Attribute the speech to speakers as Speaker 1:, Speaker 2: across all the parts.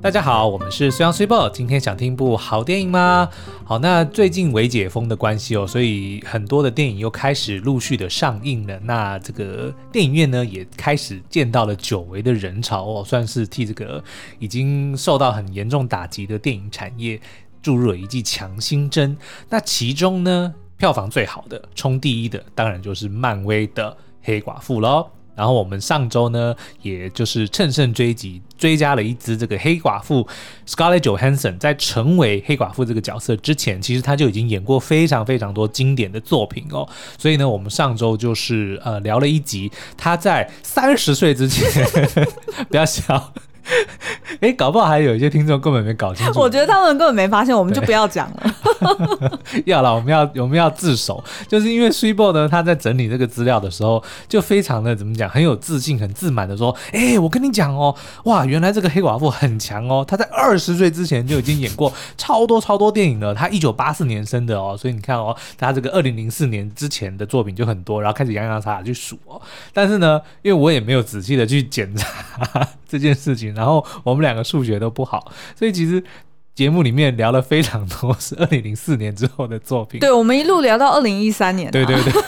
Speaker 1: 大家好，我们是虽阳虽报，今天想听部好电影吗？好，那最近微解封的关系哦，所以很多的电影又开始陆续的上映了。那这个电影院呢，也开始见到了久违的人潮哦，算是替这个已经受到很严重打击的电影产业注入了一剂强心针。那其中呢，票房最好的、冲第一的，当然就是漫威的黑寡妇喽。然后我们上周呢，也就是乘胜追击，追加了一支这个黑寡妇 Scarlett Johansson。在成为黑寡妇这个角色之前，其实她就已经演过非常非常多经典的作品哦。所以呢，我们上周就是呃聊了一集，她在三十岁之前， 不要笑。 哎，搞不好还有一些听众根本没搞 清楚。
Speaker 2: 我觉得他们根本没发现，我们就不要讲 了。
Speaker 1: 要了，我们要我们要自首，就是因为 s h i b o 呢，他在整理这个资料的时候，就非常的怎么讲，很有自信、很自满的说：“哎、我跟你讲哦，哇，原来这个黑寡妇很强哦，她在二十岁之前就已经演过超多超多电影了。她一九八四年生的哦，所以你看哦，她这个二零零四年之前的作品就很多，然后开始洋洋洒洒去数哦。但是呢，因为我也没有仔细的去检查 这件事情，然后我们两个数学都不好，所以其实。”节目里面聊了非常多是二零零四年之后的作品，
Speaker 2: 对，我们一路聊到二零一三年、啊，
Speaker 1: 对对对。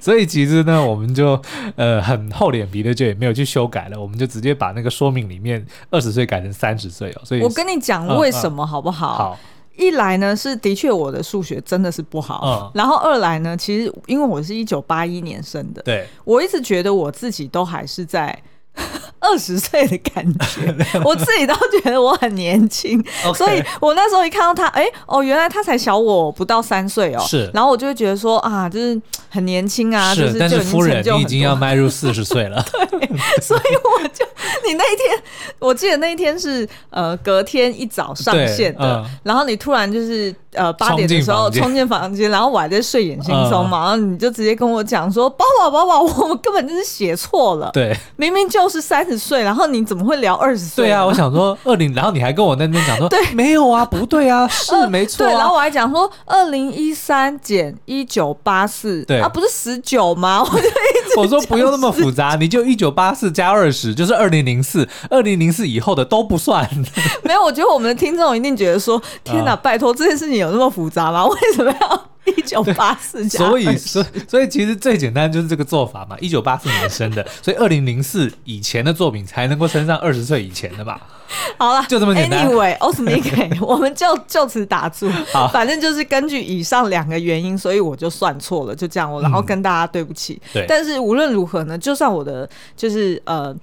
Speaker 1: 所以其实呢，我们就呃很厚脸皮的，就也没有去修改了，我们就直接把那个说明里面二十岁改成三十岁哦。所以
Speaker 2: 我跟你讲
Speaker 1: 嗯
Speaker 2: 为什么好不好？
Speaker 1: 好，
Speaker 2: 一来呢是的确我的数学真的是不好，
Speaker 1: 嗯
Speaker 2: 然后二来呢，其实因为我是一九八一年生的，
Speaker 1: 对，
Speaker 2: 我一直觉得我自己都还是在 二十岁的感 觉，我自己都觉得我很年轻
Speaker 1: OK
Speaker 2: 所以我那时候一看到他，哎、哦，原来他才小我不到三岁哦，
Speaker 1: 是，
Speaker 2: 然后我就会觉得说啊，就是很年轻啊，就是
Speaker 1: 但
Speaker 2: 就是已经
Speaker 1: 夫人
Speaker 2: 成就
Speaker 1: 你已
Speaker 2: 很
Speaker 1: 经
Speaker 2: 多
Speaker 1: 要迈入四十岁 了，
Speaker 2: 所以我就你那一天，我记得那一天是呃隔天一早上线的，
Speaker 1: 对嗯
Speaker 2: 然后你突然就是呃八点的时候
Speaker 1: 冲进房间嗯
Speaker 2: 冲进房间， 然后我还在睡眼惺忪嘛，然后你就直接跟我讲说，包宝包宝，我们根本就是写错了，
Speaker 1: 对
Speaker 2: 明明就是三十岁，然后你怎么会聊二十岁？
Speaker 1: 对啊，我想说二零，然后你还跟我那边讲说，
Speaker 2: 对
Speaker 1: 没有啊，不对啊，是没错
Speaker 2: 呃对，然后
Speaker 1: 啊，
Speaker 2: 我还讲说，二零一三减一九八四，
Speaker 1: 对
Speaker 2: 啊，不是十九吗？ 我就
Speaker 1: 我说不用那么复杂，你就一九八四加二十就是二零零四，二零零四以后的都不算，
Speaker 2: 没有，我觉得我们的听众一定觉得说，天哪，
Speaker 1: 啊
Speaker 2: 拜托，这件事情有那么复杂吗？为什么要一九八四加？
Speaker 1: 所以，所所以其实最简单就是这个做法嘛，一九八四年生的，所以二零零四以前的作品才能够升上二十岁以前的吧？
Speaker 2: 好了，
Speaker 1: 就这么简单
Speaker 2: Anyway，o 哦 s m i k 我们就就此打住
Speaker 1: 好。
Speaker 2: 反正就是根据以上两个原因，所以我就算错了，就这样。我然后跟大家对不起。
Speaker 1: 嗯对
Speaker 2: 但是无论如何呢，就算我的就是呃。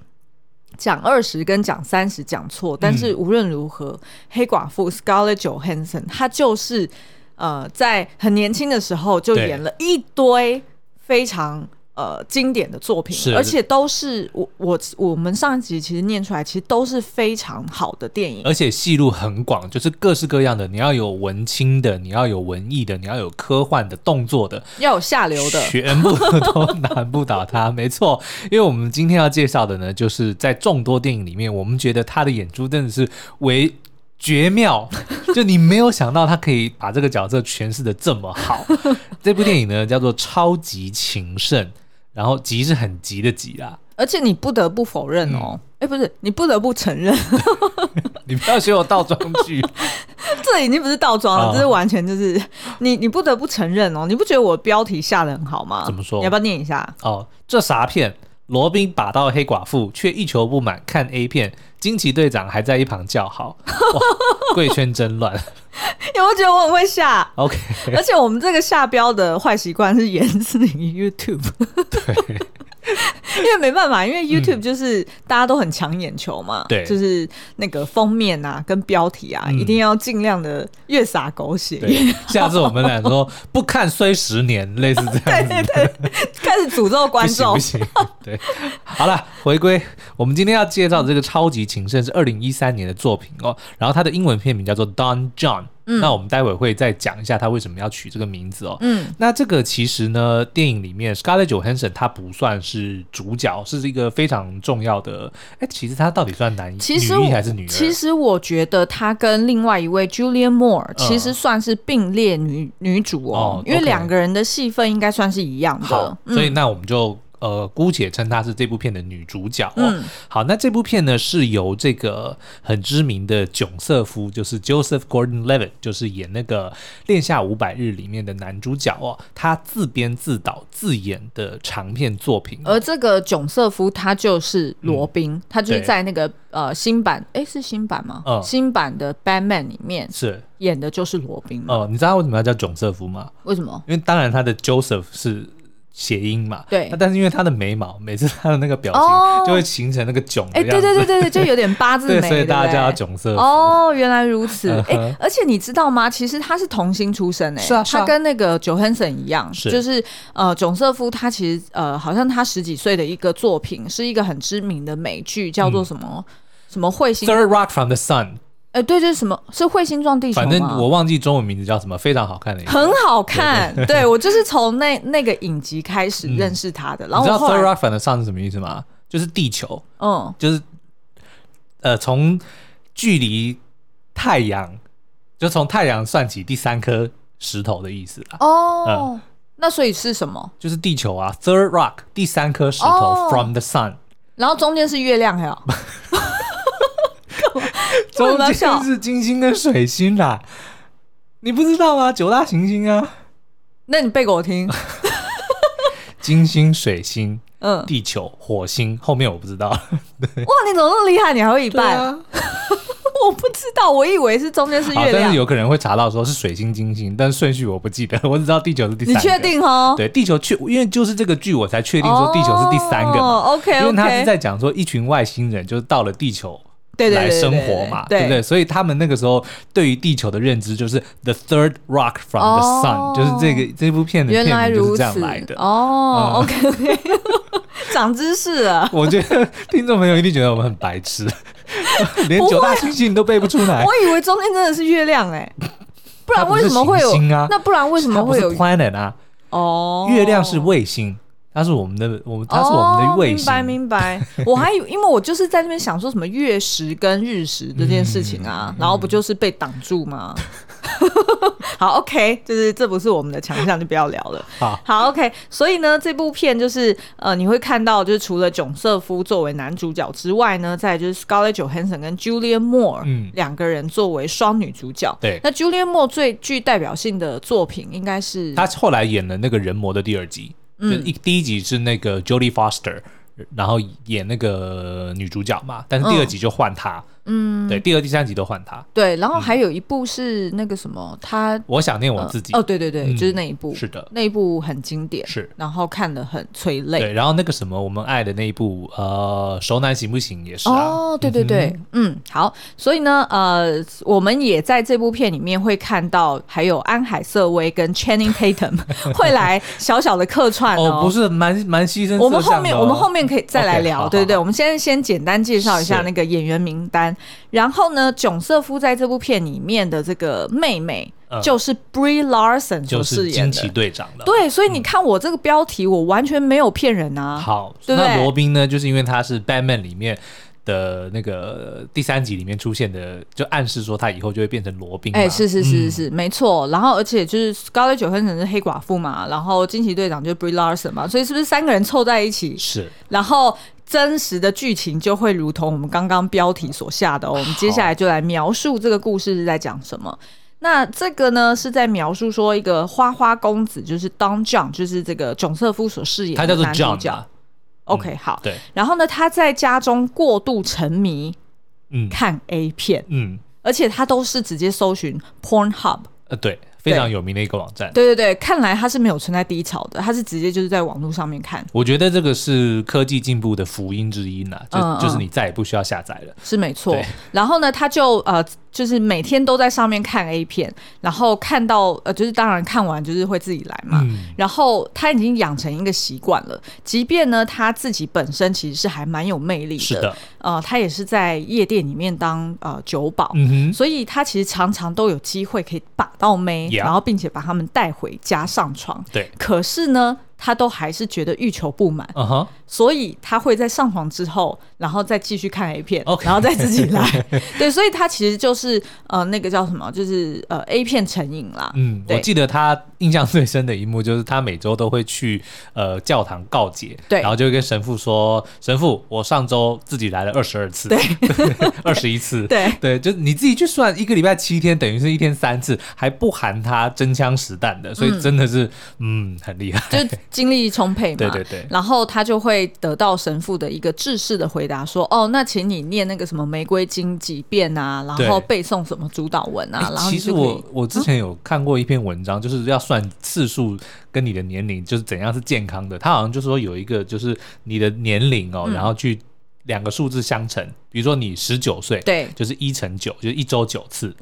Speaker 2: 讲二十跟讲三十讲错，但
Speaker 1: 嗯
Speaker 2: 是无论如何，黑寡妇 Scarlett Johansson 她就是呃，在很年轻的时候就
Speaker 1: 对
Speaker 2: 演了一堆非常呃经典的作品，
Speaker 1: 是
Speaker 2: 而且都是我我我们上一集其实念出来，其实都是非常好的电影。
Speaker 1: 而且戏路很广，就是各式各样的，你要有文青的，你要有文艺的，你要有科幻的、动作的，
Speaker 2: 要有下流的，
Speaker 1: 全部都难不倒他。没错，因为我们今天要介绍的呢，就是在众多电影里面，我们觉得他的演出真的是为。绝 妙，就你没有想到他可以把这个角色诠释的这么好。这部电影呢叫做《超级情圣》，然后“急”是很急的“急”啊，
Speaker 2: 而且你不得不否认
Speaker 1: 嗯
Speaker 2: 哦，哎、不是，你不得不承认，
Speaker 1: 你不要学我倒装句。
Speaker 2: 这已经不是倒装了，
Speaker 1: 哦
Speaker 2: 这是完全就是你你不得不承认哦，你不觉得我标题下的很好吗？
Speaker 1: 怎么说
Speaker 2: 你要不要念一下？
Speaker 1: 哦，这啥片？罗宾打到黑寡妇，却一球不满看 A 片，惊奇队长还在一旁叫好，哇，贵圈真乱。
Speaker 2: 有没有觉得我很会下？
Speaker 1: OK，
Speaker 2: 而且我们这个下标的坏习惯是源自于 YouTube，因为没办法，因为 YouTube 就是大家都很抢眼球嘛，
Speaker 1: 嗯对
Speaker 2: 就是那个封面啊跟标题啊，
Speaker 1: 嗯
Speaker 2: 一定要尽量的越洒狗血，
Speaker 1: 对，下次我们俩说不看虽十年，类似这样子，
Speaker 2: 开始诅咒 观 众
Speaker 1: 不。行不行。对，好了，回归我们今天要介绍的这个超级情圣是二零一三年的作品哦，然后它的英文片名叫做 Don John。那我们待会会再讲一下他为什么要取这个名字哦。
Speaker 2: 嗯，
Speaker 1: 那这个其实呢，电影里面 Scarlett Johansson 她不算是主角，是一个非常重要的。哎，其实她到底算男一
Speaker 2: 其实
Speaker 1: 女一
Speaker 2: 我
Speaker 1: 还是女二？
Speaker 2: 其实我觉得她跟另外一位 Julian Moore 其实算是并列女、女主
Speaker 1: 嗯哦
Speaker 2: 哦，因为
Speaker 1: OK
Speaker 2: 两个人的戏份应该算是一样的
Speaker 1: 好。，所以那我们就。呃，姑且称她是这部片的女主角、哦。
Speaker 2: 嗯
Speaker 1: 好，那这部片呢是由这个很知名的囧瑟夫，就是 Joseph Gordon-Levitt，就是演那个《恋下五百日》里面的男主角哦，他自编自导自演的长片作品。
Speaker 2: 而这个囧瑟夫他就是
Speaker 1: 嗯
Speaker 2: 罗宾，他就是在那个呃新版，诶，是新版吗？
Speaker 1: 嗯
Speaker 2: 新版的 Batman 里面
Speaker 1: 是
Speaker 2: 演的就是罗宾、
Speaker 1: 哦，你知道为什么要叫囧瑟夫吗？
Speaker 2: 为什么？
Speaker 1: 因为当然他的 Joseph 是谐音嘛，
Speaker 2: 对
Speaker 1: 那但是因为他的眉毛，每次他的那个表
Speaker 2: 哦
Speaker 1: 情就会形成那个囧的
Speaker 2: 哎、
Speaker 1: 样子，
Speaker 2: 对对对对对，就有点 八字眉，
Speaker 1: 对所以大家叫他
Speaker 2: 对
Speaker 1: 囧瑟
Speaker 2: 不
Speaker 1: 夫。
Speaker 2: 对哦，原来如此。
Speaker 1: 嗯
Speaker 2: 哎、
Speaker 1: 哼
Speaker 2: 而且你知道吗？其实他是童星出身、哎、
Speaker 1: 是啊是啊
Speaker 2: 他跟那个 Johansson 一样，
Speaker 1: 是
Speaker 2: 就是呃，囧瑟夫他其实呃，好像他十几岁的一个作品，是一个很知名的美剧，叫
Speaker 1: 嗯
Speaker 2: 做什么、什么彗星？
Speaker 1: Third Rock from the Sun，
Speaker 2: 哎、对，就是什么是彗星撞地球吗？
Speaker 1: 反正我忘记中文名字叫什么，非常好看的一个。
Speaker 2: 很好 看，对我就是从那那个影集开始
Speaker 1: 嗯
Speaker 2: 认识他的， 然
Speaker 1: 你
Speaker 2: 后
Speaker 1: 知道
Speaker 2: 我后
Speaker 1: Third
Speaker 2: 来
Speaker 1: Rock from the Sun 是什么意思吗？就是地球，
Speaker 2: 嗯，
Speaker 1: 就是呃，从距离太阳，就从太阳算起第三颗石头的意思啦。
Speaker 2: 哦，那所以是什么？
Speaker 1: 就是地球啊，Third Rock 第三颗石头、
Speaker 2: 哦
Speaker 1: from the sun，
Speaker 2: 然后中间是月亮，还有为
Speaker 1: 中
Speaker 2: 什么要笑
Speaker 1: 间是金星跟水星啦。你不知道吗？九大行星啊，
Speaker 2: 那你背给我听，
Speaker 1: 金星、水星、
Speaker 2: 嗯，
Speaker 1: 地球、火星，后面我不知道。
Speaker 2: 哇，你怎么那么厉害？你还会一
Speaker 1: 对
Speaker 2: 半？
Speaker 1: 啊，
Speaker 2: 我不知道，我以为是中间是
Speaker 1: 好
Speaker 2: 月，
Speaker 1: 但
Speaker 2: 亮
Speaker 1: 是。有可能会查到说是水星、金星，但顺序我不记得， 我只知道地球是第
Speaker 2: 你
Speaker 1: 三个。
Speaker 2: 确？定哦？
Speaker 1: 对，地球确，因为就是这个剧我才确定说地球是第三个嘛。
Speaker 2: 哦，OK，OK、
Speaker 1: 因为
Speaker 2: o k
Speaker 1: 他
Speaker 2: OK，
Speaker 1: 是在讲说一群外星人就是到了地球
Speaker 2: 对对
Speaker 1: 来
Speaker 2: 对
Speaker 1: 生活嘛，
Speaker 2: 对
Speaker 1: 不对？所以他们那个时候对于地球的认知就是 the third rock from the sun，、
Speaker 2: 哦
Speaker 1: 就是这个这部片的片
Speaker 2: 原来
Speaker 1: 名就
Speaker 2: 如
Speaker 1: 是这
Speaker 2: 此
Speaker 1: 样来的。嗯
Speaker 2: 哦、o k OK，长 知识了。
Speaker 1: 我觉得听众朋友一定觉得我们很白痴， 连
Speaker 2: 不会啊
Speaker 1: 九大行星你都背不出来
Speaker 2: 我。以为中间真的是月 亮哎、不然为什么会
Speaker 1: 它不是？
Speaker 2: 有
Speaker 1: 行星啊
Speaker 2: 那不然为什么
Speaker 1: 它不
Speaker 2: 会
Speaker 1: 是
Speaker 2: 有
Speaker 1: planet 啊？
Speaker 2: 哦？
Speaker 1: 月亮是卫星，它是我们的，我们它是我们的卫星。
Speaker 2: 哦、明白明白。我还以为因为我就是在那边想说什么月食跟日食这件事情
Speaker 1: 嗯
Speaker 2: 啊，然后不就是被挡住吗？ 好，OK，就是这不是我们的强项，就不要聊了。
Speaker 1: 好，
Speaker 2: 好，OK，所以呢，这部片就是呃，你会看到就是除了囧瑟夫作为男主角之外呢，再来就是 Scarlett Johansson 跟 Julian Moore
Speaker 1: 嗯
Speaker 2: 两个人作为双女主角。
Speaker 1: 对
Speaker 2: 那 Julian Moore 最具代表性的作品应该是
Speaker 1: 他后来演了那个人魔的第二集，嗯、就一第一集是那个 Jodie Foster，然后演那个女主角嘛，但是第二集就换她，嗯，对，第二、第三集都换她。
Speaker 2: 对，然后还有一部是那个什么，他
Speaker 1: 我想念我自己，
Speaker 2: 哦，对对对，
Speaker 1: 嗯
Speaker 2: 就是那一部，
Speaker 1: 是的，
Speaker 2: 那一部很经典，
Speaker 1: 是
Speaker 2: 然后看得很催泪。
Speaker 1: 对，然后那个什么，我们爱的那一部，呃，熟男行不行也是啊，
Speaker 2: 哦，对对对，嗯好，所以呢，呃，我们也在这部片里面会看到，还有安海瑟薇跟 Channing Tatum 会来小小的客串
Speaker 1: 哦，不
Speaker 2: 哦。
Speaker 1: 是蛮蛮牺牲色相的哦，
Speaker 2: 我们后面我们后面可以再来
Speaker 1: OK，
Speaker 2: 聊
Speaker 1: 好
Speaker 2: 对对对，
Speaker 1: 好
Speaker 2: 我们先先简单介绍一下
Speaker 1: 是
Speaker 2: 那个演员名单。然后呢，囧瑟夫在这部片里面的这个妹妹
Speaker 1: 嗯
Speaker 2: 就是 Brie Larson 所
Speaker 1: 就是
Speaker 2: 饰演
Speaker 1: 惊奇，
Speaker 2: 的
Speaker 1: 队长了，
Speaker 2: 对，所以你看我这个标题，我完全没有骗人啊。
Speaker 1: 嗯好，
Speaker 2: 对不对
Speaker 1: 那罗宾呢？就是因为他是 Batman 里面的那个第三集里面出现的，就暗示说他以后就会变成罗宾嘛。嗯
Speaker 2: 哎、是是是是是，没错。然后，而且就是 Scarlett Johansson 是黑寡妇嘛，然后惊奇队长就是 Brie Larson 嘛，所以是不是三个人凑在一起，
Speaker 1: 是，
Speaker 2: 然后真实的剧情就会如同我们刚刚标题所下的、哦，我们接下来就来描述这个故事是在讲什么。那这个呢，是在描述说一个花花公子，就是 Don John，就是这个囧瑟夫所饰演
Speaker 1: 他
Speaker 2: 的
Speaker 1: 叫做
Speaker 2: 男主
Speaker 1: John 啊
Speaker 2: 角。
Speaker 1: 嘛
Speaker 2: OK，好。
Speaker 1: 对，
Speaker 2: 然后呢，他在家中过度沉迷
Speaker 1: 嗯
Speaker 2: 看 A 片，
Speaker 1: 嗯
Speaker 2: 而且他都是直接搜寻 Pornhub。
Speaker 1: 呃，对，非常有名的一个网站。
Speaker 2: 对对对，看来他是没有存在低潮的，他是直接就是在网络上面看，
Speaker 1: 我觉得这个是科技进步的福音之一呢，就、
Speaker 2: 嗯嗯
Speaker 1: 就是你再也不需要下载了。
Speaker 2: 是没错
Speaker 1: 对。
Speaker 2: 然后呢，他就呃，就是每天都在上面看 A 片，然后看到呃，就是当然看完就是会自己来嘛。
Speaker 1: 嗯，
Speaker 2: 然后他已经养成一个习惯了，即便呢他自己本身其实是还蛮有魅力的，
Speaker 1: 是的，
Speaker 2: 呃，他也是在夜店里面当呃酒保，
Speaker 1: 嗯哼，
Speaker 2: 所以他其实常常都有机会可以把到妹
Speaker 1: Yeah
Speaker 2: 然后并且把他们带回家上床。
Speaker 1: 对，
Speaker 2: 可是呢，他都还是觉得欲求不满，
Speaker 1: 嗯哼，
Speaker 2: 所以他会在上床之后，然后再继续看 A 片
Speaker 1: OK
Speaker 2: 然后再自己 来。对，所以他其实就是呃那个叫什么，就是呃 A 片成瘾啦。
Speaker 1: 嗯，我
Speaker 2: 对
Speaker 1: 记得他印象最深的一幕就是他每周都会去呃教堂告解，
Speaker 2: 对
Speaker 1: 然后就会跟神父说：“神父，我上周自己来了二十二次，对， 二十一次，
Speaker 2: 对
Speaker 1: 对，就你自己去算，一个礼拜七天，等于是一天三次，还不含他真枪实弹的，所以真的是嗯很厉害，
Speaker 2: 就是精力充沛嘛，
Speaker 1: 对对对
Speaker 2: 然后他就会得到神父的一个制式的回答，说：“哦，那请你念那个什么玫瑰经几遍啊，然后
Speaker 1: 对
Speaker 2: 背诵什么主导文啊
Speaker 1: 欸，
Speaker 2: 然后
Speaker 1: 其
Speaker 2: 你
Speaker 1: 实
Speaker 2: 就可以
Speaker 1: 我我之前有看过一篇文章，就是要算次数跟你的年龄，就是怎样是健康的。他好像就说有一个就是你的年龄
Speaker 2: 嗯
Speaker 1: 哦，然后去两个数字相乘，比如说你十九岁，
Speaker 2: 对
Speaker 1: 就是一乘九，就是一周九次。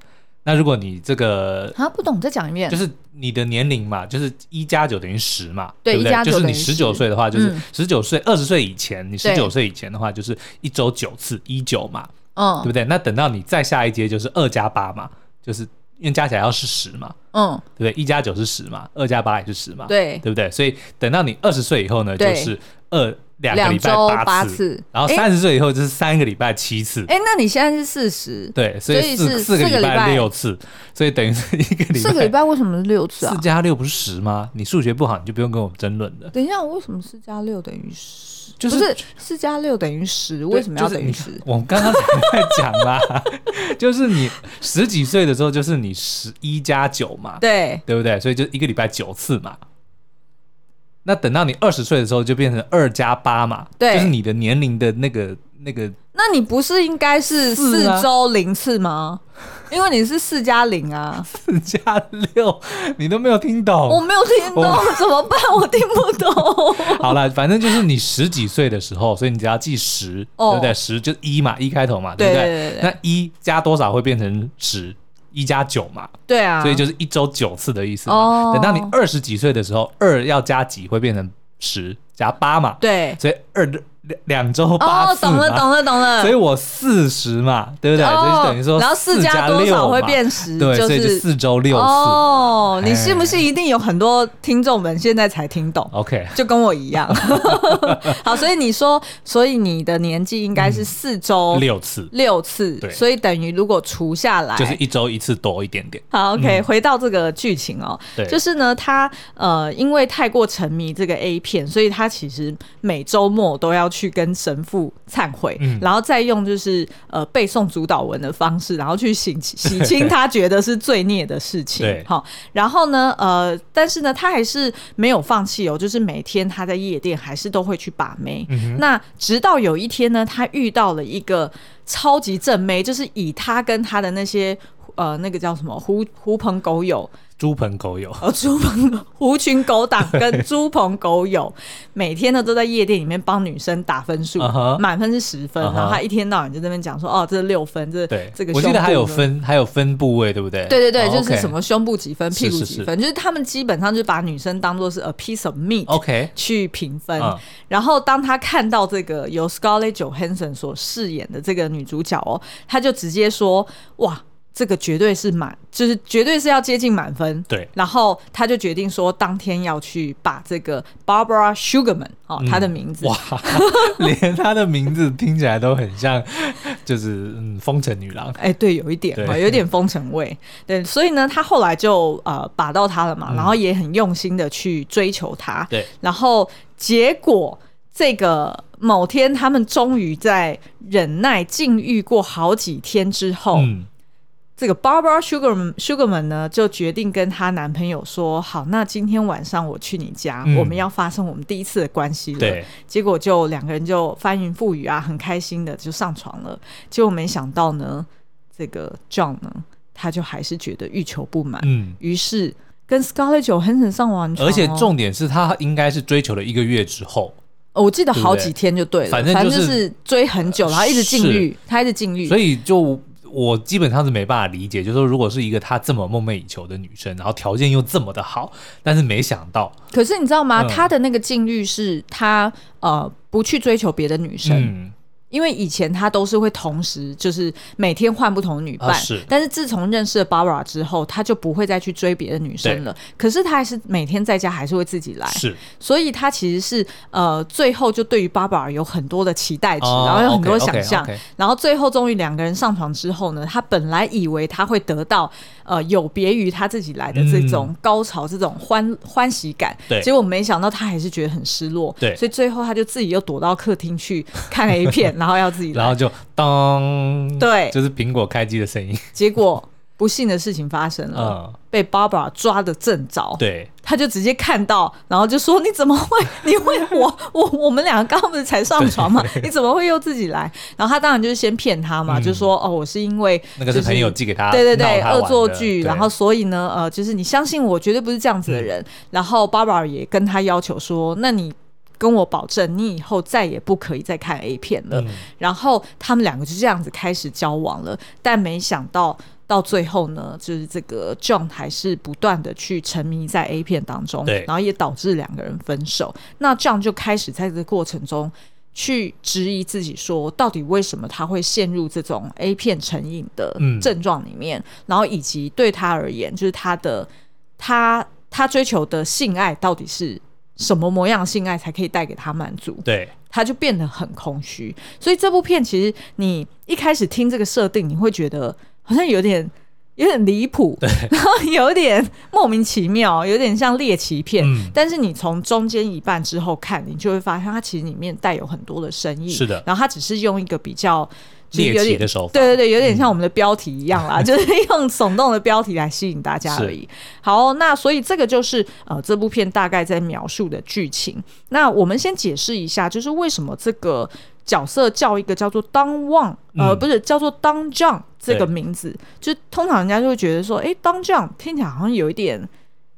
Speaker 1: 那如果你这 个
Speaker 2: 啊不懂，再讲一遍，
Speaker 1: 就是你的年龄嘛，就是一加九等于十嘛，
Speaker 2: 对
Speaker 1: 不
Speaker 2: 1加
Speaker 1: 对？
Speaker 2: 9
Speaker 1: 就是你
Speaker 2: 等于
Speaker 1: 十
Speaker 2: 10
Speaker 1: 九岁的话，就是
Speaker 2: 嗯
Speaker 1: 十九岁、二十岁以前，你十
Speaker 2: 对
Speaker 1: 九岁以前的话，就是一周九次，一九嘛。对
Speaker 2: 嗯
Speaker 1: 不对？那等到你再下一阶就是二加八嘛，就是因为加起来要是十嘛，
Speaker 2: 嗯，
Speaker 1: 对不对？一加九是十嘛，二加八也是十嘛，
Speaker 2: 对，
Speaker 1: 对不对？所以等到你二十岁以后呢，就
Speaker 2: 对
Speaker 1: 是二两个
Speaker 2: 两
Speaker 1: 礼拜
Speaker 2: 周
Speaker 1: 八
Speaker 2: 八
Speaker 1: 次，
Speaker 2: 次
Speaker 1: 然后
Speaker 2: 诶
Speaker 1: 三十岁以后就是三个礼拜七次。
Speaker 2: 哎，那你现在是四十，
Speaker 1: 对，所
Speaker 2: 所
Speaker 1: 以
Speaker 2: 以
Speaker 1: 四
Speaker 2: 是
Speaker 1: 四个
Speaker 2: 四
Speaker 1: 礼
Speaker 2: 个礼
Speaker 1: 拜
Speaker 2: 拜
Speaker 1: 六次，所以等于是一个礼
Speaker 2: 四个礼拜为什么是六次啊
Speaker 1: 四？加六不是十吗？你数学不好，你就不用跟我们争论了。
Speaker 2: 等一下，为什么四加六等于十？
Speaker 1: 就是
Speaker 2: 不是四加六等于十？为什么要等于
Speaker 1: 就是
Speaker 2: 十
Speaker 1: 你？我们刚刚才在讲啦， 就是你十几岁的时候，就是你十一加九嘛，
Speaker 2: 对，
Speaker 1: 对不对？所以就一个礼拜九次嘛。那等到你二十岁的时候，就变成二加八嘛，
Speaker 2: 对
Speaker 1: 就是你的年龄的那个那个，
Speaker 2: 那你不是应该是
Speaker 1: 四啊
Speaker 2: 四周零次吗？因为你是四加零啊，
Speaker 1: 四加六， 你都没有听
Speaker 2: 我
Speaker 1: 懂。
Speaker 2: 没有听懂
Speaker 1: 我，
Speaker 2: 怎么办？我听不懂。
Speaker 1: 好了，反正就是你十几岁的时候，所以你只要记十、
Speaker 2: 哦
Speaker 1: 对不对？十就一嘛，一开头嘛，
Speaker 2: 对
Speaker 1: 不
Speaker 2: 对对对
Speaker 1: 那一加多少会变成十？一加九嘛，
Speaker 2: 对啊，
Speaker 1: 所以就是一周九次的意思嘛。
Speaker 2: 哦
Speaker 1: 等到你二十几岁的时候，二要加几会变成十加八嘛，
Speaker 2: 对。
Speaker 1: 所以二两两周八
Speaker 2: 哦，
Speaker 1: 次嘛。
Speaker 2: 懂了，懂了，懂了。
Speaker 1: 所以我四十嘛，对不对？
Speaker 2: 哦
Speaker 1: 所以就等于说，
Speaker 2: 然后
Speaker 1: 四
Speaker 2: 四加多
Speaker 1: 六
Speaker 2: 少
Speaker 1: 嘛
Speaker 2: 会变十？
Speaker 1: 对，所以就是四周六次。
Speaker 2: 哦，
Speaker 1: 哎
Speaker 2: 你信不信？一定有很多听众们现在才听懂。
Speaker 1: OK，
Speaker 2: 就跟我一样， 好，所以你说，所以你的年纪应该是四周
Speaker 1: 嗯六次
Speaker 2: 六次
Speaker 1: 对，
Speaker 2: 所以等于如果除下来，
Speaker 1: 就是一周一次多一点点。
Speaker 2: 好，OK，、回到这个剧情哦，
Speaker 1: 对
Speaker 2: 就是呢，他呃，因为太过沉迷这个 A 片，所以他其实每周末都要去跟神父忏悔，
Speaker 1: 嗯
Speaker 2: 然后再用就是呃背诵主导文的方式，然后去洗洗清他觉得是罪孽的事情
Speaker 1: 对。
Speaker 2: 好，然后呢，呃，但是呢，他还是没有放弃哦，就是每天他在夜店还是都会去把妹。
Speaker 1: 嗯
Speaker 2: 那直到有一天呢，他遇到了一个超级正妹，就是以他跟他的那些。呃，那个叫什么狐狐朋狗友，
Speaker 1: 猪朋狗 友，
Speaker 2: 呃，猪朋狐群狗党跟猪朋狗友，每天呢都在夜店里面帮女生打分数
Speaker 1: 啊哈
Speaker 2: 满分是十分
Speaker 1: 啊哈
Speaker 2: 然后他一天到晚就在那边讲说，哦，这是六分，这
Speaker 1: 对，
Speaker 2: 这个
Speaker 1: 我记
Speaker 2: 胸
Speaker 1: 得
Speaker 2: 部
Speaker 1: 还有
Speaker 2: 呢
Speaker 1: 分，还有分部位，对不对？
Speaker 2: 对对对
Speaker 1: 哦
Speaker 2: 就是
Speaker 1: OK
Speaker 2: 什么胸部几分，
Speaker 1: 是
Speaker 2: 屁股
Speaker 1: 是
Speaker 2: 几
Speaker 1: 是
Speaker 2: 分就是他们基本上就是把女生当做是 a piece of meat
Speaker 1: ？OK，
Speaker 2: 去评分。
Speaker 1: 嗯
Speaker 2: 然后当他看到这个由 Scarlett Johansson 所饰演的这个女主角哦，他就直接说：“哇，这个绝对是满，就是绝对是要接近满分。”
Speaker 1: 对
Speaker 2: 然后他就决定说，当天要去把这个 Barbara Sugarman 哦，她的名字
Speaker 1: 嗯哇，连他的名字听起来都很像， 就是嗯，风尘女郎。
Speaker 2: 哎，对，有一点
Speaker 1: 对
Speaker 2: 哈，有一点风尘味。对，所以呢，他后来就呃把到他了嘛，
Speaker 1: 嗯
Speaker 2: 然后也很用心的去追求他。
Speaker 1: 对，
Speaker 2: 然后结果这个某天，他们终于在忍耐禁欲过好几天之后，
Speaker 1: 嗯，
Speaker 2: 这个 Barbara Sugarman Sugarman 呢，就决定跟她男朋友说：“好，那今天晚上我去你家，
Speaker 1: 嗯
Speaker 2: 我们要发生我们第一次的关系了。”
Speaker 1: 对，
Speaker 2: 结果就两个人就翻云覆雨啊，很开心的就上床了。结果没想到呢，这个 John 呢，他就还是觉得欲求不满，
Speaker 1: 嗯。
Speaker 2: 于是跟 Scarlett Johansson 上完床、哦，
Speaker 1: 而且、重点是他应该是追求了一个月之后，
Speaker 2: 哦、我记得好
Speaker 1: 对不对
Speaker 2: 几天就对了，
Speaker 1: 反正
Speaker 2: 正
Speaker 1: 就是呃
Speaker 2: 是追很久，然后一直禁欲，他一直禁欲，
Speaker 1: 所
Speaker 2: 以
Speaker 1: 以就我基本上是没办法理解，就是说如果是一个她这么梦寐以求的女生，然后条件又这么的好，但是没想到，
Speaker 2: 可是你知道吗？
Speaker 1: 嗯
Speaker 2: 他的那个禁欲是他呃不去追求别的女生，
Speaker 1: 嗯，
Speaker 2: 因为以前他都是会同时就是每天换不同的女伴，
Speaker 1: 啊是
Speaker 2: 但是自从认识了 Barbara 之后，他就不会再去追别的女生了。可是他还是每天在家还是会自己来，
Speaker 1: 嗯是
Speaker 2: 所以他其实是呃最后就对于 Barbara 有很多的期待值，
Speaker 1: 哦
Speaker 2: 然后有很多想象。
Speaker 1: o k o k
Speaker 2: 然后最后终于两个人上床之后呢，他本来以为他会得到呃有别于他自己来的这种高潮、这种欢欢喜感，
Speaker 1: 嗯对
Speaker 2: 结果没想到他还是觉得很失落，
Speaker 1: 对
Speaker 2: 所以最后他就自己又躲到客厅去看 A 片，然后要自己
Speaker 1: 然后
Speaker 2: 来，
Speaker 1: 就当，
Speaker 2: 对
Speaker 1: 就是苹果开机的声音，
Speaker 2: 结果不幸的事情发生了，
Speaker 1: 嗯，
Speaker 2: 被 Barbara 抓的正着，
Speaker 1: 对，
Speaker 2: 他就直接看到，然后就说：“你怎么会？ 你会我我我们两个刚刚不是才上床吗？你怎么会又自己来？”然后他当然就是先骗他嘛，
Speaker 1: 嗯
Speaker 2: 就说：“哦，我是因为
Speaker 1: 那个是
Speaker 2: 就是
Speaker 1: 朋友寄给他，
Speaker 2: 对对对
Speaker 1: 闹他玩
Speaker 2: 恶
Speaker 1: 的
Speaker 2: 作剧，
Speaker 1: 对嗯
Speaker 2: 然后所以呢，呃，就是你相信我，绝对不是这样子的人。然后 Barbara 也跟他要求说：“那你跟我保证，你以后再也不可以再看 A 片了。
Speaker 1: 嗯
Speaker 2: 然后他们两个就这样子开始交往了，但没想到到最后呢，就是这个 John 还是不断的去沉迷在 A 片当中，
Speaker 1: 对
Speaker 2: 然后也导致两个人分手。那 John 就开始在这个过程中。去质疑自己说到底为什么他会陷入这种 A 片成瘾的
Speaker 1: 嗯
Speaker 2: 症状里面，然后以及对他而言，就是他的他他追求的性爱到底是什么模样的性爱才可以带给他满足？
Speaker 1: 对，
Speaker 2: 他就变得很空虚。所以这部片其实你一开始听这个设定，你会觉得好像有点有点离谱，然后有点莫名其妙，有点像猎奇片。
Speaker 1: 嗯
Speaker 2: 但是你从中间一半之后看，你就会发现它其实里面带有很多的深意。
Speaker 1: 是的
Speaker 2: 然后它只是用一个比较就是
Speaker 1: 猎
Speaker 2: 有
Speaker 1: 奇
Speaker 2: 点
Speaker 1: 的手法，
Speaker 2: 对对对，
Speaker 1: 嗯
Speaker 2: 有点像我们的标题一样啦， 就是用耸动的标题来吸引大家而已。好，那所以这个就是呃这部片大概在描述的剧情。那我们先解释一下，就是为什么这个角色叫一个叫做当旺，呃，
Speaker 1: 嗯
Speaker 2: 不是叫做当将这个
Speaker 1: 对
Speaker 2: 名字，就是通常人家就会觉得说，诶，当将听起来好像有一点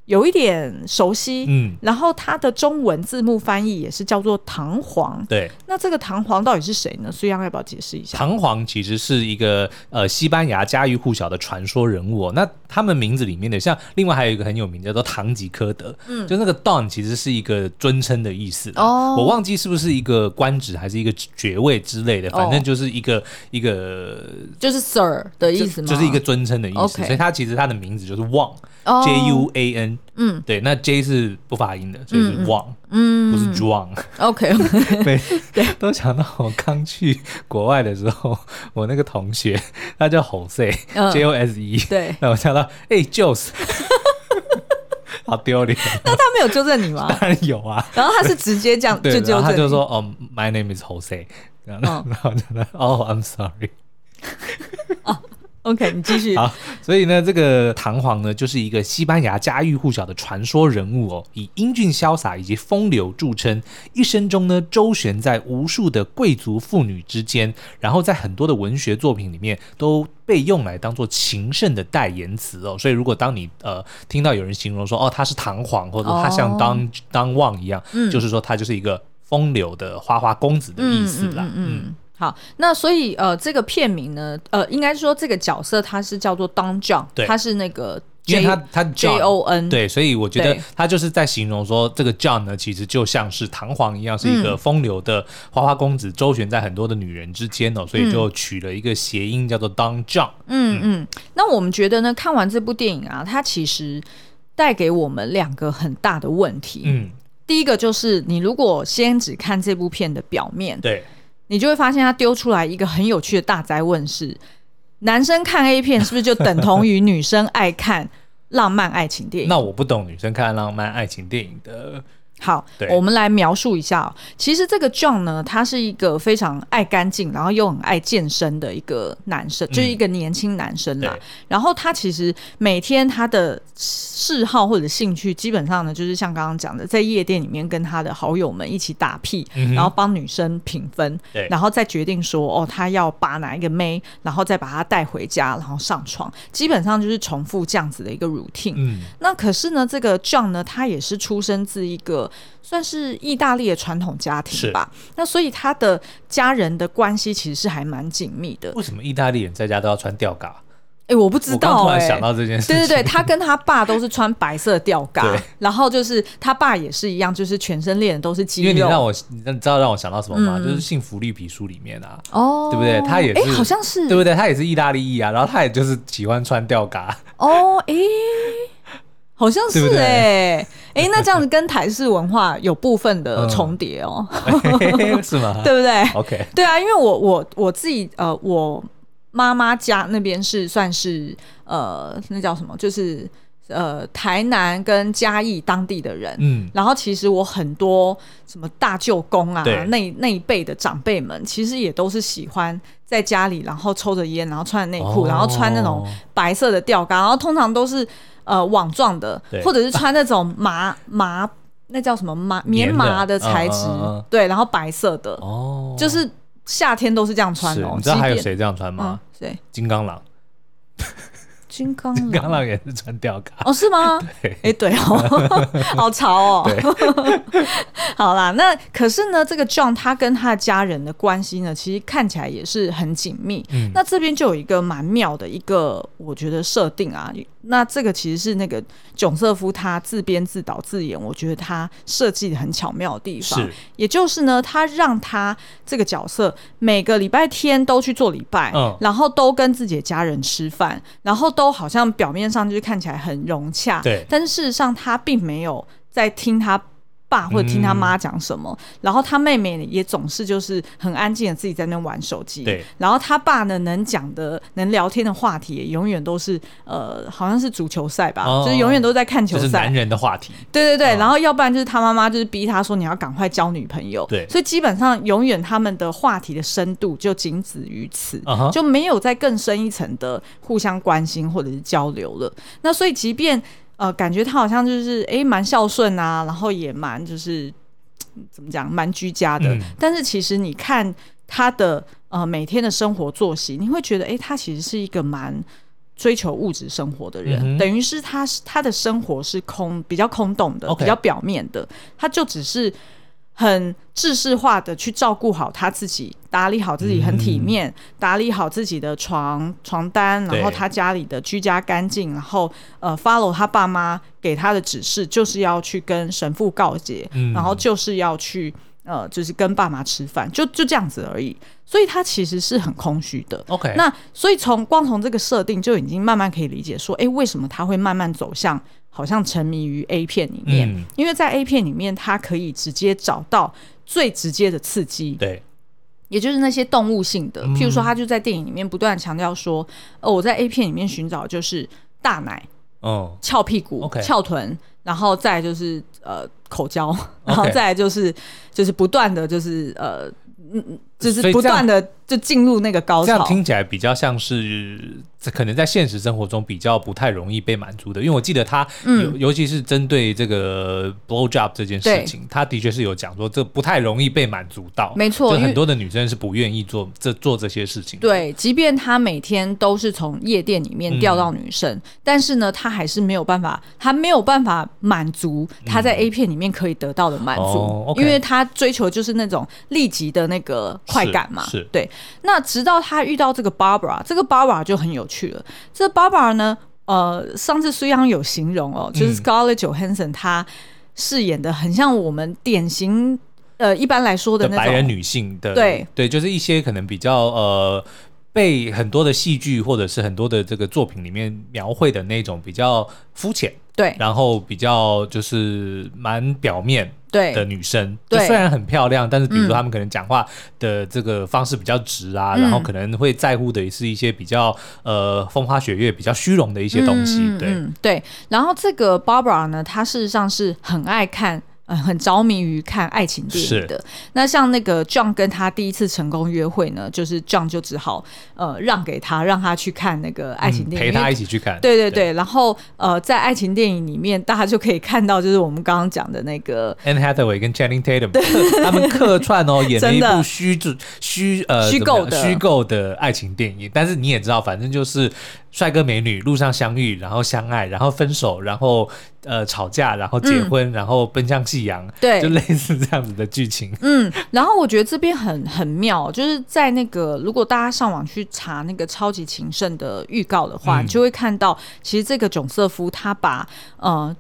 Speaker 2: 有一点熟悉。
Speaker 1: 嗯，
Speaker 2: 然后它的中文字幕翻译也是叫做唐璜，
Speaker 1: 对，
Speaker 2: 那这个唐璜到底是谁呢？苏央要不要解释一下？
Speaker 1: 唐璜其实是一个呃西班牙家喻户晓的传说人物、哦。那他们名字里面的，像另外还有一个很有名的叫做堂吉诃德，嗯，就那个 don 其实是一个尊称的意思啦
Speaker 2: 哦
Speaker 1: 我忘记是不是一个官职还是一个爵位之类的，反
Speaker 2: 哦
Speaker 1: 正就是一个、一个
Speaker 2: 就是 sir 的意思吗？
Speaker 1: 就就是一个尊称的意思。
Speaker 2: OK
Speaker 1: 所以他其实他的名字就是旺、
Speaker 2: 哦
Speaker 1: J U A N，
Speaker 2: 嗯
Speaker 1: 对，那 J 是不发音的，所以是旺，
Speaker 2: 嗯
Speaker 1: 不是 John。
Speaker 2: OK
Speaker 1: 每次都想到我刚去国外的时候，我那个同学他叫 Jose、
Speaker 2: 嗯
Speaker 1: J O S E，
Speaker 2: 对，
Speaker 1: 那我想到哎、j o s 好丢脸，
Speaker 2: 那他没有纠正你 吗？
Speaker 1: 当然有啊，
Speaker 2: 然后他是直接这样就
Speaker 1: 对，
Speaker 2: 纠
Speaker 1: 然后他
Speaker 2: 正
Speaker 1: 就
Speaker 2: 你，
Speaker 1: 说哦，My name is Jose，然后、
Speaker 2: 哦
Speaker 1: 然后我就说哦，I'm sorry。
Speaker 2: OK，你继续。
Speaker 1: 好，所以呢，这个唐璜呢，就是一个西班牙家喻户晓的传说人物哦，以英俊潇洒以及风流著称，一生中呢周旋在无数的贵族妇女之间，然后在很多的文学作品里面都。被用来当做情圣的代言词哦，所以如果当你呃听到有人形容说哦他是唐璜，或者说他像当、当旺一样，
Speaker 2: 嗯
Speaker 1: 就是说他就是一个风流的花花公子的意思啦。
Speaker 2: 嗯好，那所以呃，这个片名呢，呃，应该说这个角色他是叫做 Don John，
Speaker 1: 对
Speaker 2: 他是那个
Speaker 1: 因
Speaker 2: J
Speaker 1: 为他他
Speaker 2: J O N，
Speaker 1: 对，所以我觉得
Speaker 2: 嗯对
Speaker 1: 他就是在形容说，这个 John 呢，其实就像是唐璜一样，是一
Speaker 2: 嗯
Speaker 1: 个风流的花花公子，周旋在很多的女人之间哦，所以就取了一个谐音叫做 Don John。
Speaker 2: 嗯嗯。那我们觉得呢，看完这部电影啊，它其实带给我们两个很大的问题。
Speaker 1: 嗯，
Speaker 2: 第一个就是，你如果先只看这部片的表面，
Speaker 1: 对，
Speaker 2: 你就会发现他丢出来一个很有趣的大灾问是：男生看 A 片是不是就等同于女生爱看浪漫爱情电影？
Speaker 1: 那我不懂女生看浪漫爱情电影的，
Speaker 2: 好
Speaker 1: 对，
Speaker 2: 我们来描述一下、哦。其实这个 John 呢，他是一个非常爱干净，然后又很爱健身的一个男生，就是一个年轻男生啦。
Speaker 1: 嗯对
Speaker 2: 然后他其实每天他的嗜好或者兴趣，基本上呢，就是像刚刚讲的，在夜店里面跟他的好友们一起打屁，
Speaker 1: 嗯哼
Speaker 2: 然后帮女生评分
Speaker 1: 对，
Speaker 2: 然后再决定说哦，他要把哪一个妹，然后再把她带回家，然后上床，基本上就是重复这样子的一个 routine。
Speaker 1: 嗯，
Speaker 2: 那可是呢，这个 John 呢，他也是出生自一个算是意大利的传统家庭吧，那所以他的家人的关系其实是还蛮紧密的。
Speaker 1: 为什么意大利人在家都要穿吊嘎？
Speaker 2: 哎、我不呃知
Speaker 1: 我刚
Speaker 2: 道
Speaker 1: 突
Speaker 2: 哎、
Speaker 1: 然想到这件事情，
Speaker 2: 对对对，他跟他爸都是穿白色吊 嘎
Speaker 1: 对，
Speaker 2: 然后就是他爸也是一样，就是全身练的都是肌
Speaker 1: 因为你
Speaker 2: 肉。
Speaker 1: 让我，你知道让我想到什么吗？
Speaker 2: 嗯
Speaker 1: 就是《幸福绿皮书》里面啊，
Speaker 2: 哦，
Speaker 1: 对不对他也
Speaker 2: 哎、
Speaker 1: 是
Speaker 2: 好像是
Speaker 1: 对不对？他也是意大利裔啊，然后他也就是喜欢穿吊 嘎，
Speaker 2: 哦，哎、好像
Speaker 1: 对
Speaker 2: 是
Speaker 1: 不对
Speaker 2: 哎、哎、那这样子跟台式文化有部分的
Speaker 1: 嗯
Speaker 2: 重叠哦，
Speaker 1: 是吗？
Speaker 2: 对不对？
Speaker 1: ，OK，
Speaker 2: 对啊，因为我我我自己呃，我妈妈家那边是算是呃，那叫什么？就是呃，台南跟嘉义当地的人。
Speaker 1: 嗯，
Speaker 2: 然后其实我很多什么大舅公啊
Speaker 1: 对，
Speaker 2: 那那一辈的长辈们，其实也都是喜欢在家里，然后抽着烟，然后穿着内裤，
Speaker 1: 哦
Speaker 2: 然后穿那种白色的吊嘎，然后通常都是呃网状的
Speaker 1: 对，
Speaker 2: 或者是穿那种麻麻那叫什么麻棉麻
Speaker 1: 棉的
Speaker 2: 的材
Speaker 1: 嗯
Speaker 2: 质，
Speaker 1: 嗯嗯嗯
Speaker 2: 对，然后白色的，
Speaker 1: 哦，
Speaker 2: 就是夏天都是这样穿
Speaker 1: 是
Speaker 2: 哦。
Speaker 1: 你知道还有
Speaker 2: 即便？
Speaker 1: 谁这样穿
Speaker 2: 嗯
Speaker 1: 吗？，
Speaker 2: 谁？
Speaker 1: 金刚狼，
Speaker 2: 金刚
Speaker 1: 金刚
Speaker 2: 狼？
Speaker 1: 狼也是穿吊嘎，
Speaker 2: 哦，是吗？
Speaker 1: 对，
Speaker 2: 哎、对哦，好潮哦。 好啦，那可是呢，这个 John 他跟他的家人的关系呢，其实看起来也是很紧密。
Speaker 1: 嗯
Speaker 2: 那这边就有一个蛮妙的一个，我觉得设定啊，那这个其实是那个囧瑟夫他自编自导自演，我觉得他设计的很巧妙的地方。
Speaker 1: 是，
Speaker 2: 也就是呢，他让他这个角色每个礼拜天都去做礼拜，
Speaker 1: 嗯
Speaker 2: 然后都跟自己的家人吃饭，然后都好像表面上就是看起来很融洽，
Speaker 1: 对
Speaker 2: 但是事实上他并没有在听他。爸或者听他妈讲什么，
Speaker 1: 嗯
Speaker 2: 然后他妹妹也总是就是很安静的自己在那边玩手机，
Speaker 1: 对
Speaker 2: 然后他爸呢能讲的、能聊天的话题也永远都是呃，好像是足球赛吧，
Speaker 1: 哦
Speaker 2: 就是永远都在看球
Speaker 1: 就是
Speaker 2: 赛
Speaker 1: 男，人的话题，
Speaker 2: 对对对，
Speaker 1: 嗯
Speaker 2: 然后要不然就是他妈妈就是逼他说你要赶快交女朋友，
Speaker 1: 对
Speaker 2: 所以基本上永远他们的话题的深度就仅止于此，
Speaker 1: 啊哈，
Speaker 2: 就没有再更深一层的互相关心或者是交流了。那所以即便呃感觉他好像就是诶蛮孝顺啊，然后也蛮就是嘖怎么讲蛮居家的，
Speaker 1: 嗯
Speaker 2: 但是其实你看他的呃每天的生活作息，你会觉得诶他其实是一个蛮。追求物质生活的人，
Speaker 1: 嗯哼
Speaker 2: 等于是他是他的生活是空比较空洞的
Speaker 1: OK
Speaker 2: 比较表面的，他就只是很制式化的去照顾好他自己，打理好自己，很体
Speaker 1: 嗯
Speaker 2: 面，打理好自己的床床单，
Speaker 1: 对
Speaker 2: 然后他家里的居家干净，然后呃 follow 他爸妈给他的指示，就是要去跟神父告解，
Speaker 1: 嗯
Speaker 2: 然后就是要去呃就是跟爸妈吃饭，就就这样子而已。所以他其实是很空虚的。
Speaker 1: OK，
Speaker 2: 那所以从光从这个设定就已经慢慢可以理解说，诶，为什么他会慢慢走向好像沉迷于 A 片里面？
Speaker 1: 嗯
Speaker 2: 因为在 A 片里面，他可以直接找到最直接的刺激，
Speaker 1: 对，
Speaker 2: 也就是那些动物性的。
Speaker 1: 嗯
Speaker 2: 譬如说，他就在电影里面不断地强调说，哦，我在 A 片里面寻找就是大奶、
Speaker 1: 嗯，
Speaker 2: 翘屁股、
Speaker 1: OK
Speaker 2: 翘臀，然后再来就是呃口交，然后再来就是就是不断的就是呃。嗯，嗯就是
Speaker 1: 所以
Speaker 2: 不
Speaker 1: 这样
Speaker 2: 断的就进入那个高
Speaker 1: 这样
Speaker 2: 潮，
Speaker 1: 听起来比较像是，这可能在现实生活中比较不太容易被满足的，因为我记得他
Speaker 2: 嗯
Speaker 1: 尤、尤其是针对这个 blow job 这件事情，他的确是有讲说这不太容易被满足到，
Speaker 2: 没错
Speaker 1: 就
Speaker 2: 因为
Speaker 1: 很多的女生是不愿意做这做这些事情的，
Speaker 2: 对，即便他每天都是从夜店里面
Speaker 1: 嗯
Speaker 2: 钓到女生，但是呢，他还是没有办法，他没有办法满足他在 A 片里面可以得到的满足，
Speaker 1: 嗯哦，OK
Speaker 2: 因为他追求就是那种立即的那个快感嘛。
Speaker 1: 是是
Speaker 2: 对。那直到他遇到这个 Barbara，这个 Barbara 就很有趣了。这 Barbara 呢，呃，上次苏央有形容哦，就是
Speaker 1: 嗯
Speaker 2: Scarlett Johansson 她饰演的很像我们典型呃一般来说的
Speaker 1: 的
Speaker 2: 那
Speaker 1: 白
Speaker 2: 种
Speaker 1: 人女性的，
Speaker 2: 对
Speaker 1: 对，就是一些可能比较呃。被很多的戏剧或者是很多的这个作品里面描绘的那种比较肤浅，
Speaker 2: 对
Speaker 1: 然后比较就是蛮表面，
Speaker 2: 对
Speaker 1: 的女生，就
Speaker 2: 对
Speaker 1: 虽然很漂亮，但是比如
Speaker 2: 嗯
Speaker 1: 说她们可能讲话的这个方式比较直啊，
Speaker 2: 嗯
Speaker 1: 然后可能会在乎的也是一些比较呃风花雪月、比较虚荣的一些东西。
Speaker 2: 嗯嗯
Speaker 1: 对，
Speaker 2: 嗯对。然后这个 Barbara 呢，她事实上是很爱看。呃，很着迷于看爱情电影的。那像那个 John 跟他第一次成功约会呢，就是 John 就只好呃让给他，让他去看那个爱情
Speaker 1: 嗯
Speaker 2: 电影，
Speaker 1: 陪
Speaker 2: 因
Speaker 1: 她
Speaker 2: 为
Speaker 1: 一起去看。
Speaker 2: 对对对，然后呃，在爱情电影里面，大家就可以看到，就是我们刚刚讲的那个
Speaker 1: Anne Hathaway 跟 Channing Tatum 客他们客串哦，演了一
Speaker 2: 真
Speaker 1: 部
Speaker 2: 的
Speaker 1: 虚制虚呃
Speaker 2: 虚构的
Speaker 1: 怎么样虚构的爱情电影，但是你也知道，反正就是帅哥美女路上相遇，然后相爱，然后分手，然后呃吵架，然后结婚，然后奔向夕阳，
Speaker 2: 嗯对
Speaker 1: 就类似这样子的剧情。
Speaker 2: 嗯，然后我觉得这边很很妙，就是在那个如果大家上网去查那个《超级情圣》的预告的话，
Speaker 1: 嗯
Speaker 2: 你就会看到，其实这个囧瑟夫他把呃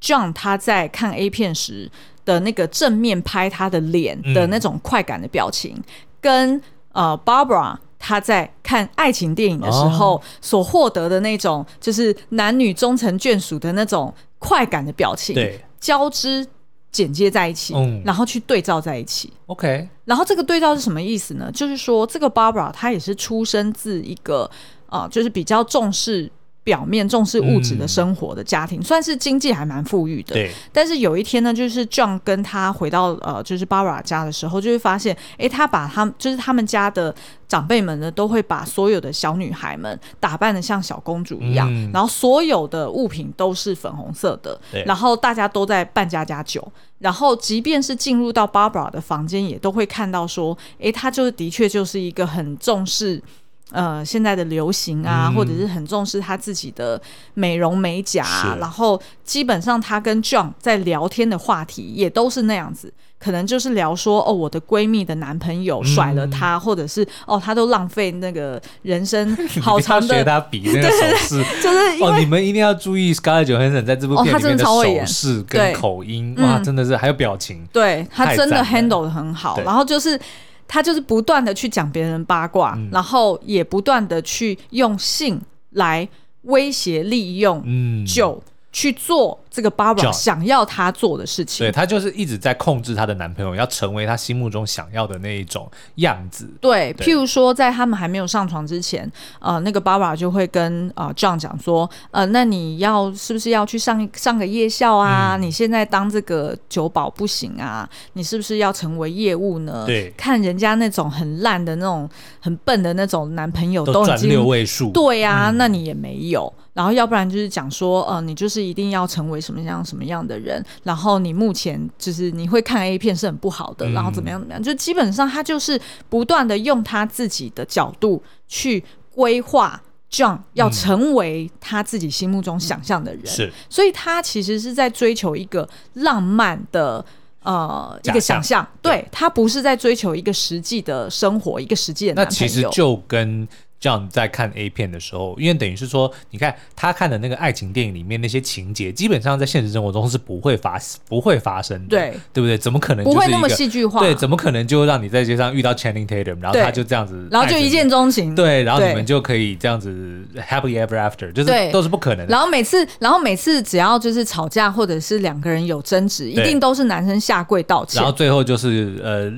Speaker 2: John 他在看 A 片时的那个正面拍他的脸的
Speaker 1: 嗯
Speaker 2: 那种快感的表情，跟呃 Barbara。他在看爱情电影的时
Speaker 1: 哦
Speaker 2: 候所获得的那种，就是男女终成眷属的那种快感的表情，
Speaker 1: 对
Speaker 2: 交织剪接在一起，
Speaker 1: 嗯
Speaker 2: 然后去对照在一起。
Speaker 1: ，OK，
Speaker 2: 然后这个对照是什么意思呢？就是说，这个 Barbara 她也是出生自一个啊、呃就是比较重视表面、重视物质的生活的家庭，算是经济还蛮富裕的。
Speaker 1: 对，
Speaker 2: 但是有一天呢，就是 John 跟他回到呃，就是 Barbara 家的时候，就会发现，诶，他把他们就是他们家的长辈们呢，都会把所有的小女孩们打扮的像小公主一样，
Speaker 1: 嗯
Speaker 2: 然后所有的物品都是粉红色的
Speaker 1: 对，
Speaker 2: 然后大家都在扮家家酒。然后，即便是进入到 Barbara 的房间，也都会看到说，诶，她就是的确就是一个很重视呃现在的流行啊，
Speaker 1: 嗯
Speaker 2: 或者是很重视她自己的美容美甲啊、
Speaker 1: 是
Speaker 2: 然后基本上她跟 John 在聊天的话题也都是那样子，可能就是聊说哦，我的闺蜜的男朋友甩了她，或者是哦，她都浪费那个人生
Speaker 1: 嗯
Speaker 2: 好
Speaker 1: 你不要
Speaker 2: 长
Speaker 1: 学
Speaker 2: 的，
Speaker 1: 他比那个手势。
Speaker 2: 就是因为
Speaker 1: 哦，你们一定要注意 Scarlett Johansson 在这部
Speaker 2: 哦
Speaker 1: 片
Speaker 2: 她
Speaker 1: 里
Speaker 2: 真
Speaker 1: 面
Speaker 2: 的超会
Speaker 1: 手
Speaker 2: 演
Speaker 1: 势
Speaker 2: 对
Speaker 1: 跟口音，哇，
Speaker 2: 嗯
Speaker 1: 真的是还有表情，
Speaker 2: 对他
Speaker 1: 太
Speaker 2: 真的
Speaker 1: 赞
Speaker 2: handle
Speaker 1: 了
Speaker 2: 的很好，
Speaker 1: 对
Speaker 2: 然后就是他就是不断的去讲别人八卦，
Speaker 1: 嗯
Speaker 2: 然后也不断的去用性来威胁利用
Speaker 1: 嗯，
Speaker 2: 酒、去做这个 Barbara
Speaker 1: John
Speaker 2: 想要他做的事情
Speaker 1: 对。她就是一直在控制她的男朋友，要成为她心目中想要的那一种样子。
Speaker 2: 对，
Speaker 1: 对
Speaker 2: 譬如说，在他们还没有上床之前，呃，那个 Barbara 就会跟呃 John 讲说，呃，那你要是不是要去上上个夜校啊？
Speaker 1: 嗯
Speaker 2: 你现在当这个酒保不行啊，你是不是要成为业务呢？
Speaker 1: 对
Speaker 2: 看人家那种很烂的那种、很笨的那种男朋友
Speaker 1: 都
Speaker 2: 已
Speaker 1: 赚
Speaker 2: 经
Speaker 1: 六位数，
Speaker 2: 对呀、
Speaker 1: 嗯
Speaker 2: 那你也没有。然后要不然就是讲说，呃，你就是一定要成为什么样什么样的人，然后你目前就是你会看 A 片是很不好的，
Speaker 1: 嗯
Speaker 2: 然后怎么样怎么样，就基本上他就是不断的用他自己的角度去规
Speaker 1: 嗯
Speaker 2: 划 John 要成为他自己心目中想象的人，
Speaker 1: 是
Speaker 2: 所以他其实是在追求一个浪漫的。呃，一
Speaker 1: 假
Speaker 2: 个想
Speaker 1: 象
Speaker 2: 象，对他不是在追求一个实际的生活，一个实际的
Speaker 1: 那
Speaker 2: 男朋友。
Speaker 1: 其实就跟 John 在看 A 片的时候，因为等于是说，你看他看的那个爱情电影里面那些情节，基本上在现实生活中是不会发不会发生的，
Speaker 2: 对
Speaker 1: 对不对？怎么可能
Speaker 2: 不
Speaker 1: 就
Speaker 2: 会
Speaker 1: 是
Speaker 2: 那
Speaker 1: 一
Speaker 2: 么
Speaker 1: 个
Speaker 2: 戏剧化
Speaker 1: 对，怎么可能就让你在街上遇到 Channing Tatum，然后
Speaker 2: 对
Speaker 1: 他就这样子，
Speaker 2: 然后就一见。钟情。
Speaker 1: 对，然后
Speaker 2: 对
Speaker 1: 你们就可以这样子 happily ever after，就是
Speaker 2: 对
Speaker 1: 都是不可能的。
Speaker 2: 然后每次，然后每次只要就是吵架或者是两个人有争执，一
Speaker 1: 对
Speaker 2: 定都是男生下跪道歉
Speaker 1: 然后。最后就是呃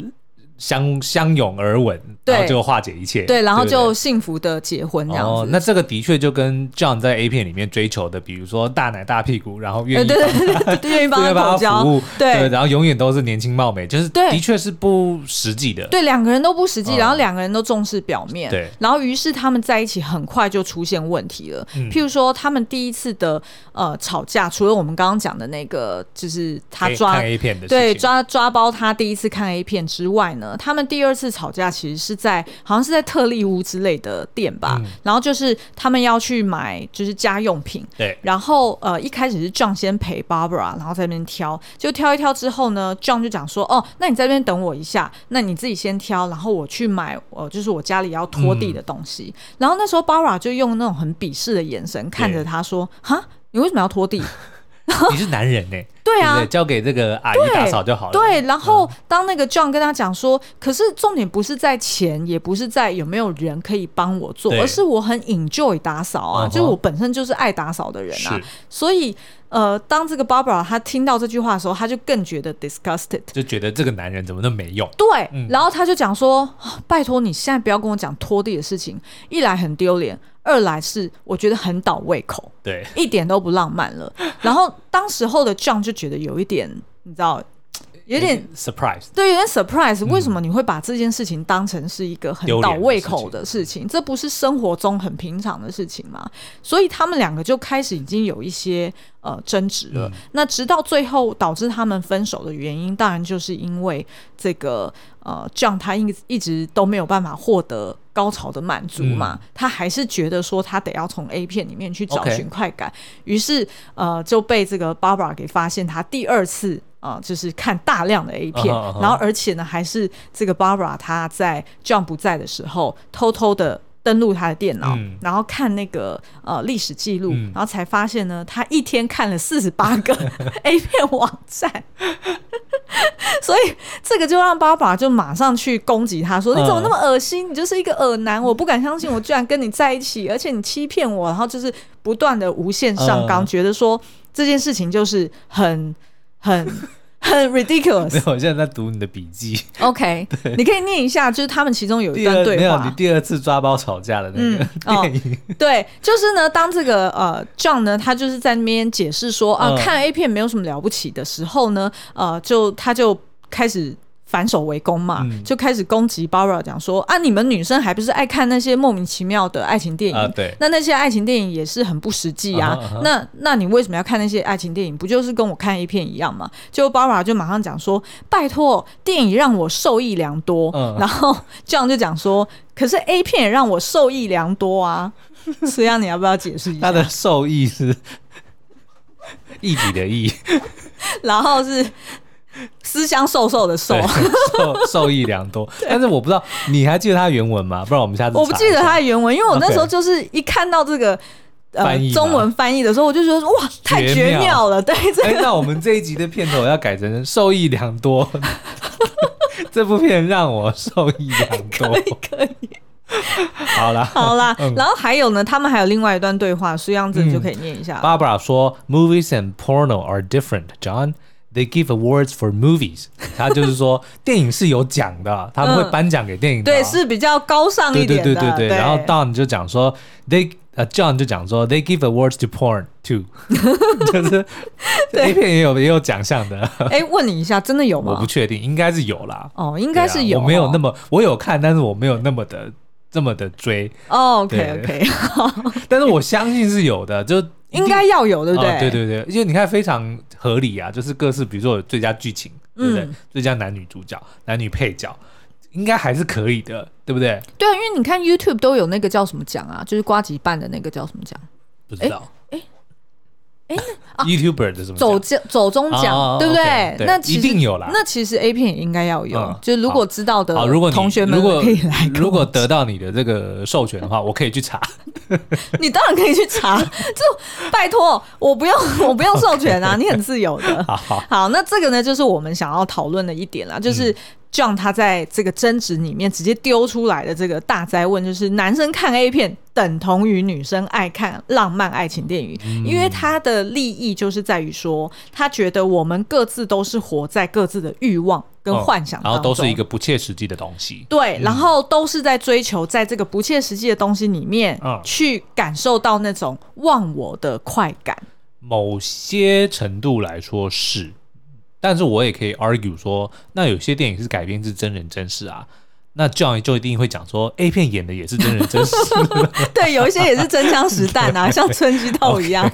Speaker 1: 相相拥而吻，
Speaker 2: 对
Speaker 1: 然后就化解一切。
Speaker 2: 对，然后
Speaker 1: 不
Speaker 2: 就幸福的结婚这样子。
Speaker 1: 哦，那这个的确就跟 John 在 A 片里面追求的，比如说大奶大屁股，然后愿
Speaker 2: 呃
Speaker 1: 意
Speaker 2: 对对对 对，愿意帮
Speaker 1: 对
Speaker 2: 口
Speaker 1: 帮他
Speaker 2: 交
Speaker 1: 服务，，
Speaker 2: 对
Speaker 1: 然后永远都是年轻貌美，就是
Speaker 2: 对
Speaker 1: 的确是不实际的。
Speaker 2: 对，两个人都不实际，
Speaker 1: 嗯
Speaker 2: 然后两个人都重视表面，
Speaker 1: 对
Speaker 2: 然后于是他们在一起很快就出现问题了。
Speaker 1: 嗯
Speaker 2: 譬如说，他们第一次的呃吵架，除了我们刚刚讲的那个，就是他
Speaker 1: 可以
Speaker 2: 抓
Speaker 1: 看 A 片的事情
Speaker 2: 对，抓抓包他第一次看 A 片之外呢，他们第二次吵架其实是在好像是在特利屋之类的店吧，
Speaker 1: 嗯
Speaker 2: 然后就是他们要去买就是家用品，
Speaker 1: 对
Speaker 2: 然后呃一开始是 John 先陪 Barbara，然后在那边挑，就挑一挑之后呢，John 就讲说哦，那你在这边等我一下，那你自己先挑，然后我去买呃就是我家里要拖地的东西，
Speaker 1: 嗯
Speaker 2: 然后那时候 Barbara 就用那种很鄙视的眼神看着他说哈，你为什么要拖地？
Speaker 1: 你是男人呢、
Speaker 2: 对
Speaker 1: 对
Speaker 2: 啊
Speaker 1: 不对？，交给这个阿姨打扫就好了。嗯
Speaker 2: 对，然后当那个 John 跟他讲说，可是重点不是在钱，也不是在有没有人可以帮我做，
Speaker 1: 对
Speaker 2: 而是我很 enjoy 打扫啊
Speaker 1: 嗯哼
Speaker 2: 就是我本身就是爱打扫的人啊
Speaker 1: 是，
Speaker 2: 所以呃，当这个 Barbara 她听到这句话的时候，她就更觉得 disgusted。
Speaker 1: 就觉得这个男人怎么都没用。
Speaker 2: 对，然后他就讲说：“啊拜托你现在不要跟我讲拖地的事情，一来很丢脸，二来是我觉得很倒胃口。”
Speaker 1: 对，
Speaker 2: 一点都不浪漫了。然后当时候的 John 就觉得有一点，你知道，有点
Speaker 1: surprise。
Speaker 2: 对，有点 surprise，为什么你会把这件事情当成是一个很
Speaker 1: 嗯丢
Speaker 2: 倒
Speaker 1: 脸的
Speaker 2: 胃
Speaker 1: 事
Speaker 2: 口
Speaker 1: 情
Speaker 2: 的事情？这不是生活中很平常的事情吗？所以他们两个就开始已经有一些呃争执了。
Speaker 1: 嗯
Speaker 2: 那直到最后导致他们分手的原因，当然就是因为这个呃，John 他一一直都没有办法获得高潮的满足嘛，他还是觉得说他得要从 A 片里面去找
Speaker 1: 嗯 OK
Speaker 2: 寻快感，于是呃就被这个 Barbara 给发现他第二次。啊、就是看大量的 A 片
Speaker 1: 嗯哼嗯哼
Speaker 2: 然后而且呢，还是这个 Barbara 她在 John 不在的时候，偷偷的登录他的电脑，
Speaker 1: 嗯
Speaker 2: 然后看那个呃历史记录，
Speaker 1: 嗯
Speaker 2: 然后才发现呢，他一天看了四十八 个 A 片网站，所以这个就让 Barbara 就马上去攻击他说：“
Speaker 1: 嗯
Speaker 2: 你怎么那么恶心？你就是一个恶男，我不敢相信我居然跟你在一起，而且你欺骗我。”然后就是不断的无限上纲，
Speaker 1: 嗯
Speaker 2: 觉得说这件事情就是很很 很 ridiculous
Speaker 1: 没。有，我现在在读你的笔记。
Speaker 2: OK，你可以念一下，就是他们其中有一
Speaker 1: 第
Speaker 2: 段
Speaker 1: 二没
Speaker 2: 对
Speaker 1: 有你
Speaker 2: 话。
Speaker 1: 第二次抓包吵架的那 个、
Speaker 2: 嗯
Speaker 1: 电影，
Speaker 2: 对，就是呢，当这个呃 John 呢，他就是在那边解释说啊，
Speaker 1: 嗯
Speaker 2: 看 A 片没有什么了不起的时候呢，呃，就他就开始。反手为攻嘛，
Speaker 1: 嗯
Speaker 2: 就开始攻击 Barbara，讲说啊，你们女生还不是爱看那些莫名其妙的爱情电影？
Speaker 1: 啊对
Speaker 2: 那那些爱情电影也是很不实际啊。
Speaker 1: 啊哈啊哈
Speaker 2: 那那你为什么要看那些爱情电影？不就是跟我看 A 片一样吗？就 Barbara 就马上讲说，拜托，电影让我受益良多。
Speaker 1: 嗯
Speaker 2: 然后 John 就讲说，可是 A 片也让我受益良多啊。所以啊你要不要解释 一
Speaker 1: 他
Speaker 2: 下？
Speaker 1: 的受益是 义体的义，
Speaker 2: 然后是思乡瘦瘦的瘦
Speaker 1: 对，受受益良多。但是我不知道你还记得他原文吗？不然我们下次
Speaker 2: 我不
Speaker 1: 查
Speaker 2: 记
Speaker 1: 一
Speaker 2: 得
Speaker 1: 下
Speaker 2: 他的原文，因为我那
Speaker 1: OK
Speaker 2: 时候就是一看到这个。呃
Speaker 1: 翻译，吗
Speaker 2: 中文翻译的时候，我就觉得说哇，太
Speaker 1: 绝
Speaker 2: 绝
Speaker 1: 妙
Speaker 2: 妙了！对，这
Speaker 1: 哎、
Speaker 2: 个
Speaker 1: 那我们这一集的片头要改成“受益良多”， 这部片让我受益良多。
Speaker 2: 可以。
Speaker 1: 好啦
Speaker 2: 好啦，
Speaker 1: 嗯
Speaker 2: 然后还有呢，他们还有另外一段对话，苏样子你就可以念一下了。
Speaker 1: Barbara 说：“Movies and porno are different, John. They give awards for movies.” 他就是说，电影是有奖的，他们会
Speaker 2: 嗯
Speaker 1: 颁奖给电影的啊、
Speaker 2: 对，是比较高尚一
Speaker 1: 对对
Speaker 2: 点的。
Speaker 1: 对对对。然后 Don 就讲说，They 呃 John 就讲说，They give awards to porn too，就是 A 片也有也有奖项的。
Speaker 2: 哎，问你一下，真的 有
Speaker 1: 我
Speaker 2: 吗
Speaker 1: 不？确定，应该是有啦。
Speaker 2: 哦，应该是有、
Speaker 1: 对啊我没有那么，我有看，但是我没有那么的这么的追，
Speaker 2: 哦、OK
Speaker 1: 对
Speaker 2: OK，
Speaker 1: 但是我相信是有的，就一定
Speaker 2: 应该要有，对不对？
Speaker 1: 啊对对对，因为你看非常合理啊，就是各式，比如说有最佳剧情，对不对？
Speaker 2: 嗯
Speaker 1: 最佳男女主角、男女配角，应该还是可以的，对不对？
Speaker 2: 对啊，因为你看 YouTube 都有那个叫什么奖啊，就是瓜吉办的那个叫什么奖，
Speaker 1: 不知道，
Speaker 2: 诶
Speaker 1: 哎，YouTuber 的什么
Speaker 2: 啊走
Speaker 1: 奖
Speaker 2: 奖走中奖，
Speaker 1: 哦哦哦
Speaker 2: 对不
Speaker 1: OK，对
Speaker 2: 那其实
Speaker 1: 一定有啦
Speaker 2: 那其实 A 片也应该要有，
Speaker 1: 嗯
Speaker 2: 就如果知道的，
Speaker 1: 好，如果你
Speaker 2: 同学们
Speaker 1: 如果
Speaker 2: 可以来跟我
Speaker 1: 如果得到你的这个授权的话，我可以去查。
Speaker 2: 你当然可以去查， 就拜托我不用，我不用授权啊，你很自由的。
Speaker 1: 好好，
Speaker 2: 那这个呢，就是我们想要讨论的一点
Speaker 1: 嗯
Speaker 2: 啦，就是。John 他在这个争执里面直接丢出来的这个大灾问，就是男生看 A 片等同于女生爱看浪漫爱情电影，
Speaker 1: 嗯
Speaker 2: 因为他的利益就是在于说，他觉得我们各自都是活在各自的欲望跟
Speaker 1: 嗯
Speaker 2: 幻想
Speaker 1: 然
Speaker 2: 当
Speaker 1: 后
Speaker 2: 中，
Speaker 1: 都是一个不嗯切实际的东西。
Speaker 2: 对，然后都是在追求在这个不切实际的东西里面，
Speaker 1: 嗯
Speaker 2: 去感受到那种忘我的快感。
Speaker 1: 某些程度来说是，但是我也可以 argue 说，那有些电影是改编自真人真事啊。那 John 就一定会讲说，A 片演的也是真人 真事。
Speaker 2: 对，有一些也是真枪实 弹啊，像春熙透一样。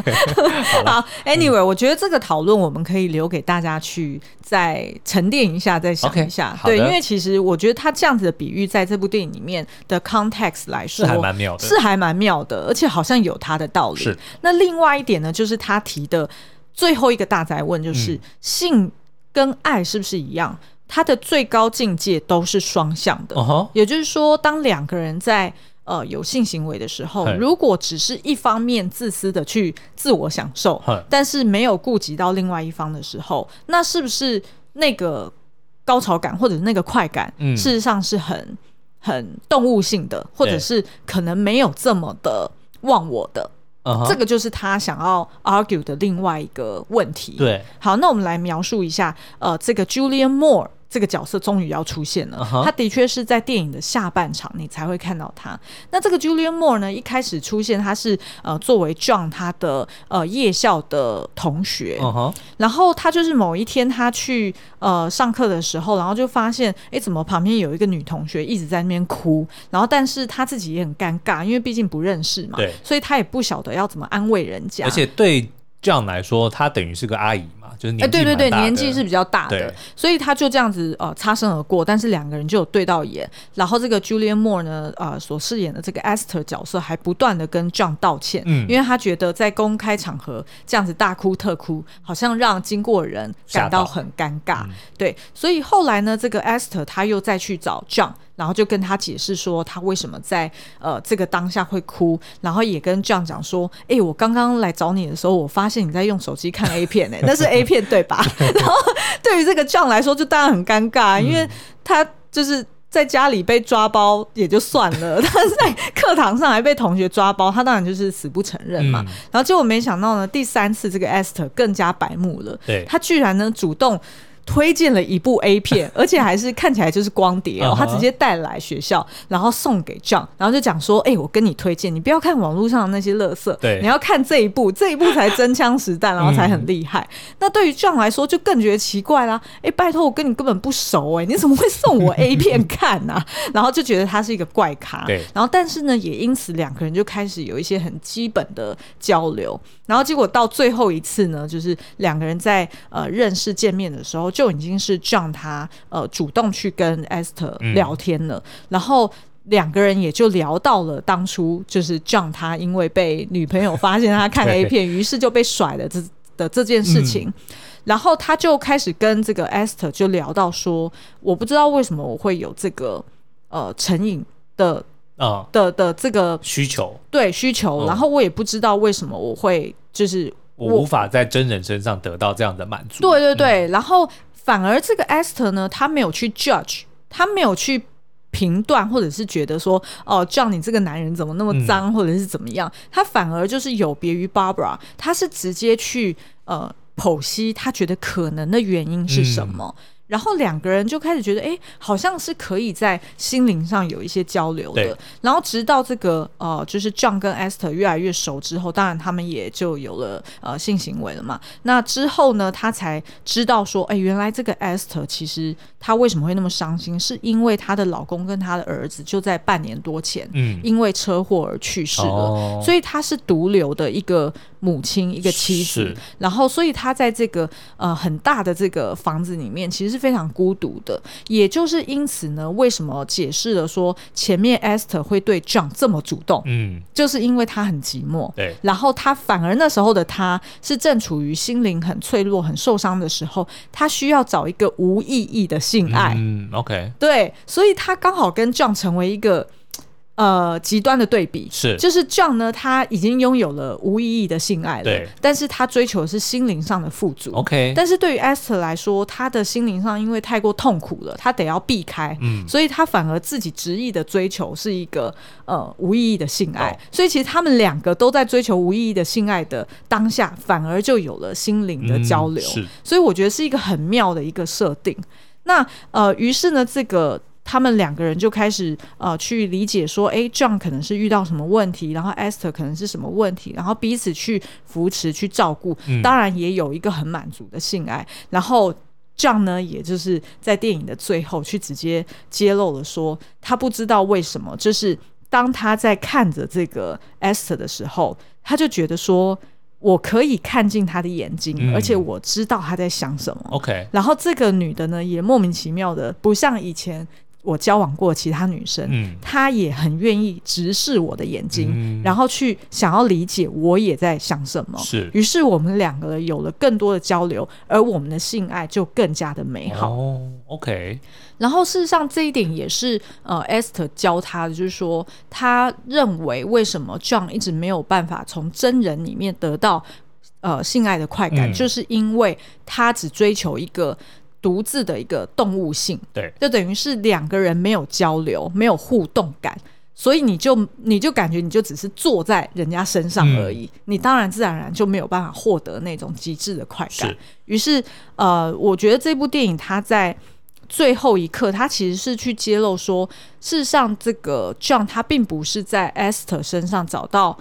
Speaker 2: 好，anyway，我
Speaker 1: 嗯
Speaker 2: 觉得这个讨论我们可以留给大家去再沉淀一下，再想一下。
Speaker 1: OK，好
Speaker 2: 对，
Speaker 1: 的
Speaker 2: 因为其实我觉得他这样子的比喻，在这部电影里面的 context 来说，
Speaker 1: 是还蛮妙的
Speaker 2: 是还蛮妙的，而且好像有他的道理
Speaker 1: 是。
Speaker 2: 那另外一点呢，就是他提的最后一个大宅问，就是、
Speaker 1: 嗯
Speaker 2: 性跟爱是不是一样？它的最高境界都是双向的。
Speaker 1: 哦吼，
Speaker 2: 也就是说，当两个人在呃有性行为的时候
Speaker 1: 嘿，
Speaker 2: 如果只是一方面自私的去自我享受
Speaker 1: 嘿，
Speaker 2: 但是没有顾及到另外一方的时候，那是不是那个高潮感或者那个快感，
Speaker 1: 嗯
Speaker 2: 事实上是很很动物性的，或者
Speaker 1: 对
Speaker 2: 是可能没有这么的忘我的？
Speaker 1: 嗯哼
Speaker 2: 这个就是他想要 argue 的另外一个问题。。
Speaker 1: 对，
Speaker 2: 好，那我们来描述一下，呃，这个 Julian Moore 这个角色终于要出现了
Speaker 1: 啊哈
Speaker 2: 他的确是在电影的下半场你才会看到他。那这个 Julian Moore 呢，一开始出现他是呃作为 John 他的呃夜校的同学
Speaker 1: 嗯哼，
Speaker 2: 然后他就是某一天他去呃上课的时候，然后就发现，哎，怎么旁边有一个女同学一直在那边哭，然后但是他自己也很尴尬，因为毕竟不认识嘛
Speaker 1: 对，
Speaker 2: 所以他也不晓得要怎么安慰人家。
Speaker 1: 而且对 John 来说，她等于是个阿姨嘛，就是
Speaker 2: 哎，
Speaker 1: 年纪
Speaker 2: 对对
Speaker 1: 蛮
Speaker 2: 对，
Speaker 1: 大的
Speaker 2: 年纪是比较大的
Speaker 1: 对，
Speaker 2: 所以他就这样子呃擦身而过，但是两个人就有对到眼。然后这个 Julian Moore 呢，呃，所饰演的这个 Esther 角色还不断的跟 John 道歉，
Speaker 1: 嗯
Speaker 2: 因为他觉得在公开场合这样子大哭特哭，好像让经过的人感
Speaker 1: 吓
Speaker 2: 到
Speaker 1: 到
Speaker 2: 很尴尬。
Speaker 1: 嗯
Speaker 2: 对，所以后来呢，这个 Esther 他又再去找 John。然后就跟他解释说，他为什么在呃这个当下会哭，然后也跟 John 讲说，哎、我刚刚来找你的时候，我发现你在用手机看 A 片、欸，那是 A 片对吧？然后对于这个 John 来说，就当然很尴尬，
Speaker 1: 嗯
Speaker 2: 因为他就是在家里被抓包也就算了， 他在课堂上还被同学抓包，他当然就是死不承认嘛。
Speaker 1: 嗯
Speaker 2: 然后结果没想到呢，第三次这个 Esther 更加白目了，
Speaker 1: 对
Speaker 2: 他居然呢主动。推荐了一部 A 片， 而且还是看起来就是光碟
Speaker 1: 嗯
Speaker 2: 哦
Speaker 1: 哼
Speaker 2: 他直接带来学校，然后送给 John，然后就讲说：“哎、我跟你推荐，你不要看网络上的那些垃圾，
Speaker 1: 对
Speaker 2: 你要看这一部，这一部才真枪实弹，然后
Speaker 1: 嗯
Speaker 2: 才很厉害。那对于 John 来说，就更觉得奇怪啦。哎、拜托，我跟你根本不熟哎、你怎么会送我 A 片看呢、啊？然后就觉得他是一个怪咖。
Speaker 1: 对
Speaker 2: 然后但是呢，也因此两个人就开始有一些很基本的交流。然后结果到最后一次呢，就是两个人在呃认识见面的时候，就已经是 John 他呃主动去跟 Esther
Speaker 1: 嗯
Speaker 2: 聊天了，然后。两个人也就聊到了当初就是 John 他因为被女朋友发现 他看
Speaker 1: 对
Speaker 2: A 片，于是就被甩了这的这件事情，然后他就开始跟这个 Esther 就聊到说，我不知道为什么我会有这个呃成瘾的
Speaker 1: 嗯，
Speaker 2: 的的这个
Speaker 1: 需求
Speaker 2: 对需求，
Speaker 1: 嗯
Speaker 2: 然后我也不知道为什么我会就是
Speaker 1: 我无法在真人身上得到这样的满足。
Speaker 2: 对对对，然后反而这个 Esther 呢，他没有去 judge，他没有去评断，或者是觉得说哦，叫你这个男人怎么那么脏，或者是怎么样，他反而就是有别于 Barbara，他是直接去呃剖析他觉得可能的原因是什么。然后两个人就开始觉得，哎，好像是可以在心灵上有一些交流的
Speaker 1: 对。
Speaker 2: 然后直到这个呃，就是 John 跟 Esther 越来越熟之后，当然他们也就有了呃性行为了嘛。那之后呢，他才知道说，哎，原来这个 Esther 其实她为什么会那么伤心，是因为她的老公跟她的儿子就在半年多前。
Speaker 1: 嗯，
Speaker 2: 因为车祸而去世了，
Speaker 1: 哦
Speaker 2: 所以她是独留的一个母亲，一个妻子
Speaker 1: 是。
Speaker 2: 然后，所以她在这个呃很大的这个房子里面，其实是非常孤独的。也就是因此呢，为什么解释了说前面 Esther 会对 John 这么主动，
Speaker 1: 嗯，
Speaker 2: 就是因为她很寂寞。
Speaker 1: 对，
Speaker 2: 然后他反而那时候的他是正处于心灵很脆弱、很受伤的时候，他需要找一个无意义的性爱。
Speaker 1: 嗯，OK，
Speaker 2: 对，所以他刚好跟 John 成为一个呃极端的对比。
Speaker 1: 是
Speaker 2: 就是 John 呢，他已经拥有了无意义的性爱了
Speaker 1: 对，
Speaker 2: 但是他追求的是心灵上的富足。
Speaker 1: OK，
Speaker 2: 但是对于 Esther 来说，她的心灵上因为太过痛苦了，她得要避开，
Speaker 1: 嗯
Speaker 2: 所以她反而自己执意的追求是一个呃无意义的性爱
Speaker 1: 懂。
Speaker 2: 所以其实他们两个都在追求无意义的性爱的当下，反而就有了心灵的交流。
Speaker 1: 嗯是
Speaker 2: 所以我觉得是一个很妙的一个设定。那呃，于是呢，这个他们两个人就开始呃去理解说，诶 j o h n 可能是遇到什么问题，然后 Esther 可能是什么问题，然后彼此去扶持、去照顾，
Speaker 1: 嗯
Speaker 2: 当然也有一个很满足的性爱，然后。John 呢，也就是在电影的最后去直接揭露了说，他不知道为什么，就是当他在看着这个 Esther 的时候，他就觉得说，我可以看进他的眼睛，
Speaker 1: 嗯
Speaker 2: 而且我知道他在想什么。
Speaker 1: OK，
Speaker 2: 然后这个女的呢，也莫名其妙的，不像以前我交往过其他女生，
Speaker 1: 嗯，
Speaker 2: 她也很愿意直视我的眼睛，
Speaker 1: 嗯
Speaker 2: 然后去想要理解我也在想什么。
Speaker 1: 是
Speaker 2: 于是我们两个人有了更多的交流，而我们的性爱就更加的美好。
Speaker 1: 哦，OK，
Speaker 2: 然后事实上这一点也是呃，Esther 教他的，就是说他认为为什么 John 一直没有办法从真人里面得到呃性爱的快感，
Speaker 1: 嗯
Speaker 2: 就是因为他只追求一个。独自的一个动物性，
Speaker 1: 对，
Speaker 2: 就等于是两个人没有交流，没有互动感，所以你就你就感觉你就只是坐在人家身上而已，
Speaker 1: 嗯
Speaker 2: 你当然自然而然就没有办法获得那种极致的快感
Speaker 1: 是。
Speaker 2: 于是，呃，我觉得这部电影它在最后一刻，他其实是去揭露说，事实上这个 John 他并不是在 Esther 身上找到。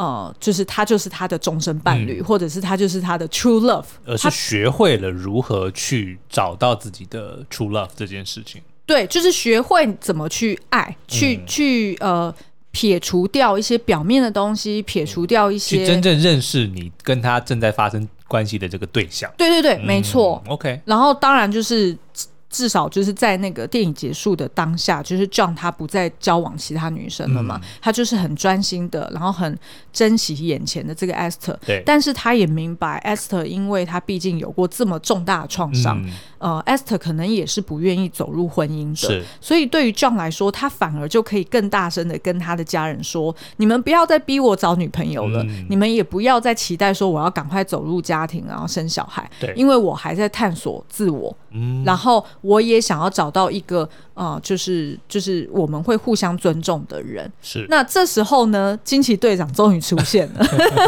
Speaker 2: 呃，就是他就是他的终身伴
Speaker 1: 嗯
Speaker 2: 侣，或者是他就是他的 true love，
Speaker 1: 而
Speaker 2: 他
Speaker 1: 呃是学会了如何去找到自己的 true love 这件事情。
Speaker 2: 对，就是学会怎么去爱，去、
Speaker 1: 嗯
Speaker 2: 去呃撇除掉一些表面的东西，撇除掉一些
Speaker 1: 去真正认识你跟他正在发生关系的这个对象。
Speaker 2: 对对对，没错。
Speaker 1: 嗯，OK，
Speaker 2: 然后当然就是至至少就是在那个电影结束的当下，就是 John 他不再交往其他女生了嘛，
Speaker 1: 嗯
Speaker 2: 他就是很专心的，然后很珍惜眼前的这个 Esther。
Speaker 1: 对
Speaker 2: 但是他也明白 Esther，因为他毕竟有过这么重大的创伤，
Speaker 1: 嗯
Speaker 2: 呃，Esther 可能也是不愿意走入婚姻的
Speaker 1: 是，
Speaker 2: 所以对于 John 来说，他反而就可以更大声的跟他的家人说：“你们不要再逼我找女朋友了，
Speaker 1: 嗯
Speaker 2: 你们也不要再期待说我要赶快走入家庭，然后生小孩，
Speaker 1: 对嗯
Speaker 2: 因为我还在探索自我，然后我也想要找到一个呃，就是就是我们会互相尊重的人。”
Speaker 1: 是
Speaker 2: 那这时候呢，惊奇队长终于出现了。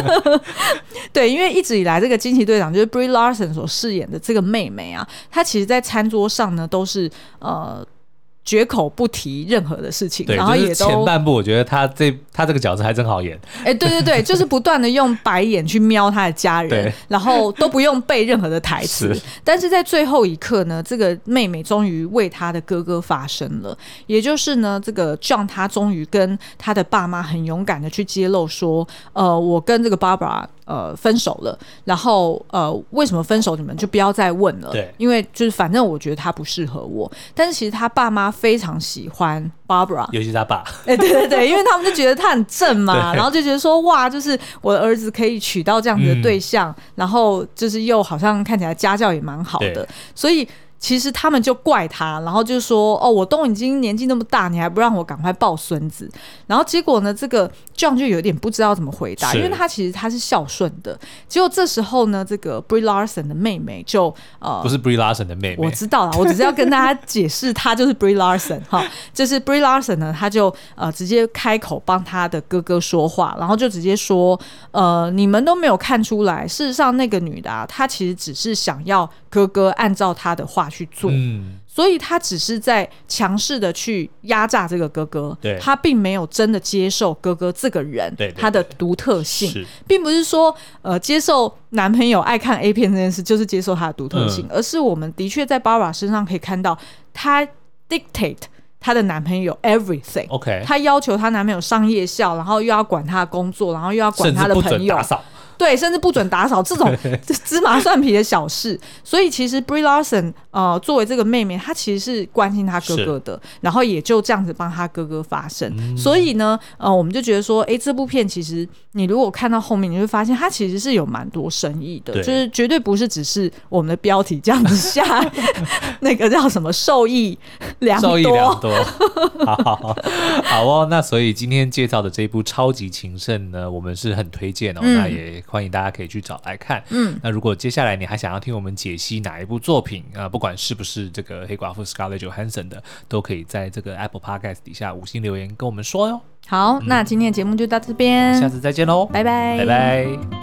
Speaker 2: 对，因为一直以来这个惊奇队长就是 Brie Larson 所饰演的这个妹妹啊，她其实，在餐桌上呢都是呃绝口不提任何的事情，
Speaker 1: 对，
Speaker 2: 然后
Speaker 1: 就是
Speaker 2: 也
Speaker 1: 前
Speaker 2: 都
Speaker 1: 半部我觉得他这他这个角色还真好演，
Speaker 2: 哎、对对对，就是不断的用白眼去瞄她的家人
Speaker 1: 对，
Speaker 2: 然后都不用背任何的台词
Speaker 1: 是。
Speaker 2: 但是在最后一刻呢，这个妹妹终于为她的哥哥发声了，也就是呢，这个 John 他终于跟他的爸妈很勇敢的去揭露说，呃，我跟这个 Barbara 呃分手了，然后呃为什么分手你们就不要再问了，
Speaker 1: 对
Speaker 2: 因为就是反正我觉得他不适合我，但是其实他爸妈非常喜欢 Barbara，
Speaker 1: 尤其是他爸，
Speaker 2: 哎、对对对，因为他们就觉得他很正嘛，
Speaker 1: 对
Speaker 2: 然后就觉得说哇，就是我的儿子可以娶到这样子
Speaker 1: 嗯
Speaker 2: 的对象，然后就是又好像看起来家教也蛮好的
Speaker 1: 对，
Speaker 2: 所以其实他们就怪他，然后就说哦，我都已经年纪那么大，你还不让我赶快抱孙子，然后结果呢，这个 John 就有点不知道怎么回答，
Speaker 1: 是
Speaker 2: 因为他其实他是孝顺的，结果这时候呢，这个 Brie Larson 的妹妹就呃
Speaker 1: 不是 Brie Larson 的妹
Speaker 2: 我
Speaker 1: 妹，
Speaker 2: 知道啦，我只是要跟大家解释，他就是 Brie Larson 哈，就是 Brie Larson 呢，他就呃直接开口帮他的哥哥说话，然后就直接说，呃，你们都没有看出来，事实上那个女的、啊，她其实只是想要哥哥按照她的话去做，
Speaker 1: 嗯，
Speaker 2: 所以她只是在强势的去压榨这个哥哥，
Speaker 1: 对
Speaker 2: 她并没有真的接受哥哥这个人，
Speaker 1: 对对对
Speaker 2: 他的独特性，
Speaker 1: 是
Speaker 2: 并不是说呃接受男朋友爱看 A 片这件事就是接受他的独特
Speaker 1: 嗯
Speaker 2: 性，而是我们的确在 Barbara 身上可以看到，她 dictate 她的男朋友 everything。
Speaker 1: OK，
Speaker 2: 她要求她男朋友上夜校，然后又要管她的工作，然后又要管
Speaker 1: 甚
Speaker 2: 她
Speaker 1: 至
Speaker 2: 的
Speaker 1: 不
Speaker 2: 朋
Speaker 1: 准
Speaker 2: 友
Speaker 1: 打，扫，
Speaker 2: 对，甚至不准打扫这 种这芝麻蒜皮的小事。所以其实 Brie Larson 呃，作为这个妹妹，她其实是嗯关心她哥哥的，然后也就这样子帮她哥哥发声。所以呢，呃，我们就觉得说，诶，这部片其实你如果看到后面，你会发现它其实是有蛮多深意的，
Speaker 1: 对
Speaker 2: 就是绝对不是只是我们的标题这样子 下那个叫什么受益良
Speaker 1: 受益
Speaker 2: 啊
Speaker 1: 良
Speaker 2: 多。
Speaker 1: 多。 好好好好哦，那所以今天介绍的这一部《超级情圣》呢，我们是很推荐哦，
Speaker 2: 嗯
Speaker 1: 那也欢迎大家可以去找来看。
Speaker 2: 嗯，
Speaker 1: 那如果接下来你还想要听我们解析哪一部作品啊、呃不管是不是这个黑寡妇 Scarlett Johansson 的，都可以在这个 Apple Podcast 底下五星留言跟我们说哟。
Speaker 2: 好，那今天的节目就到这
Speaker 1: 我
Speaker 2: 边
Speaker 1: 们下，次再见喽，
Speaker 2: 嗯拜拜，
Speaker 1: 拜拜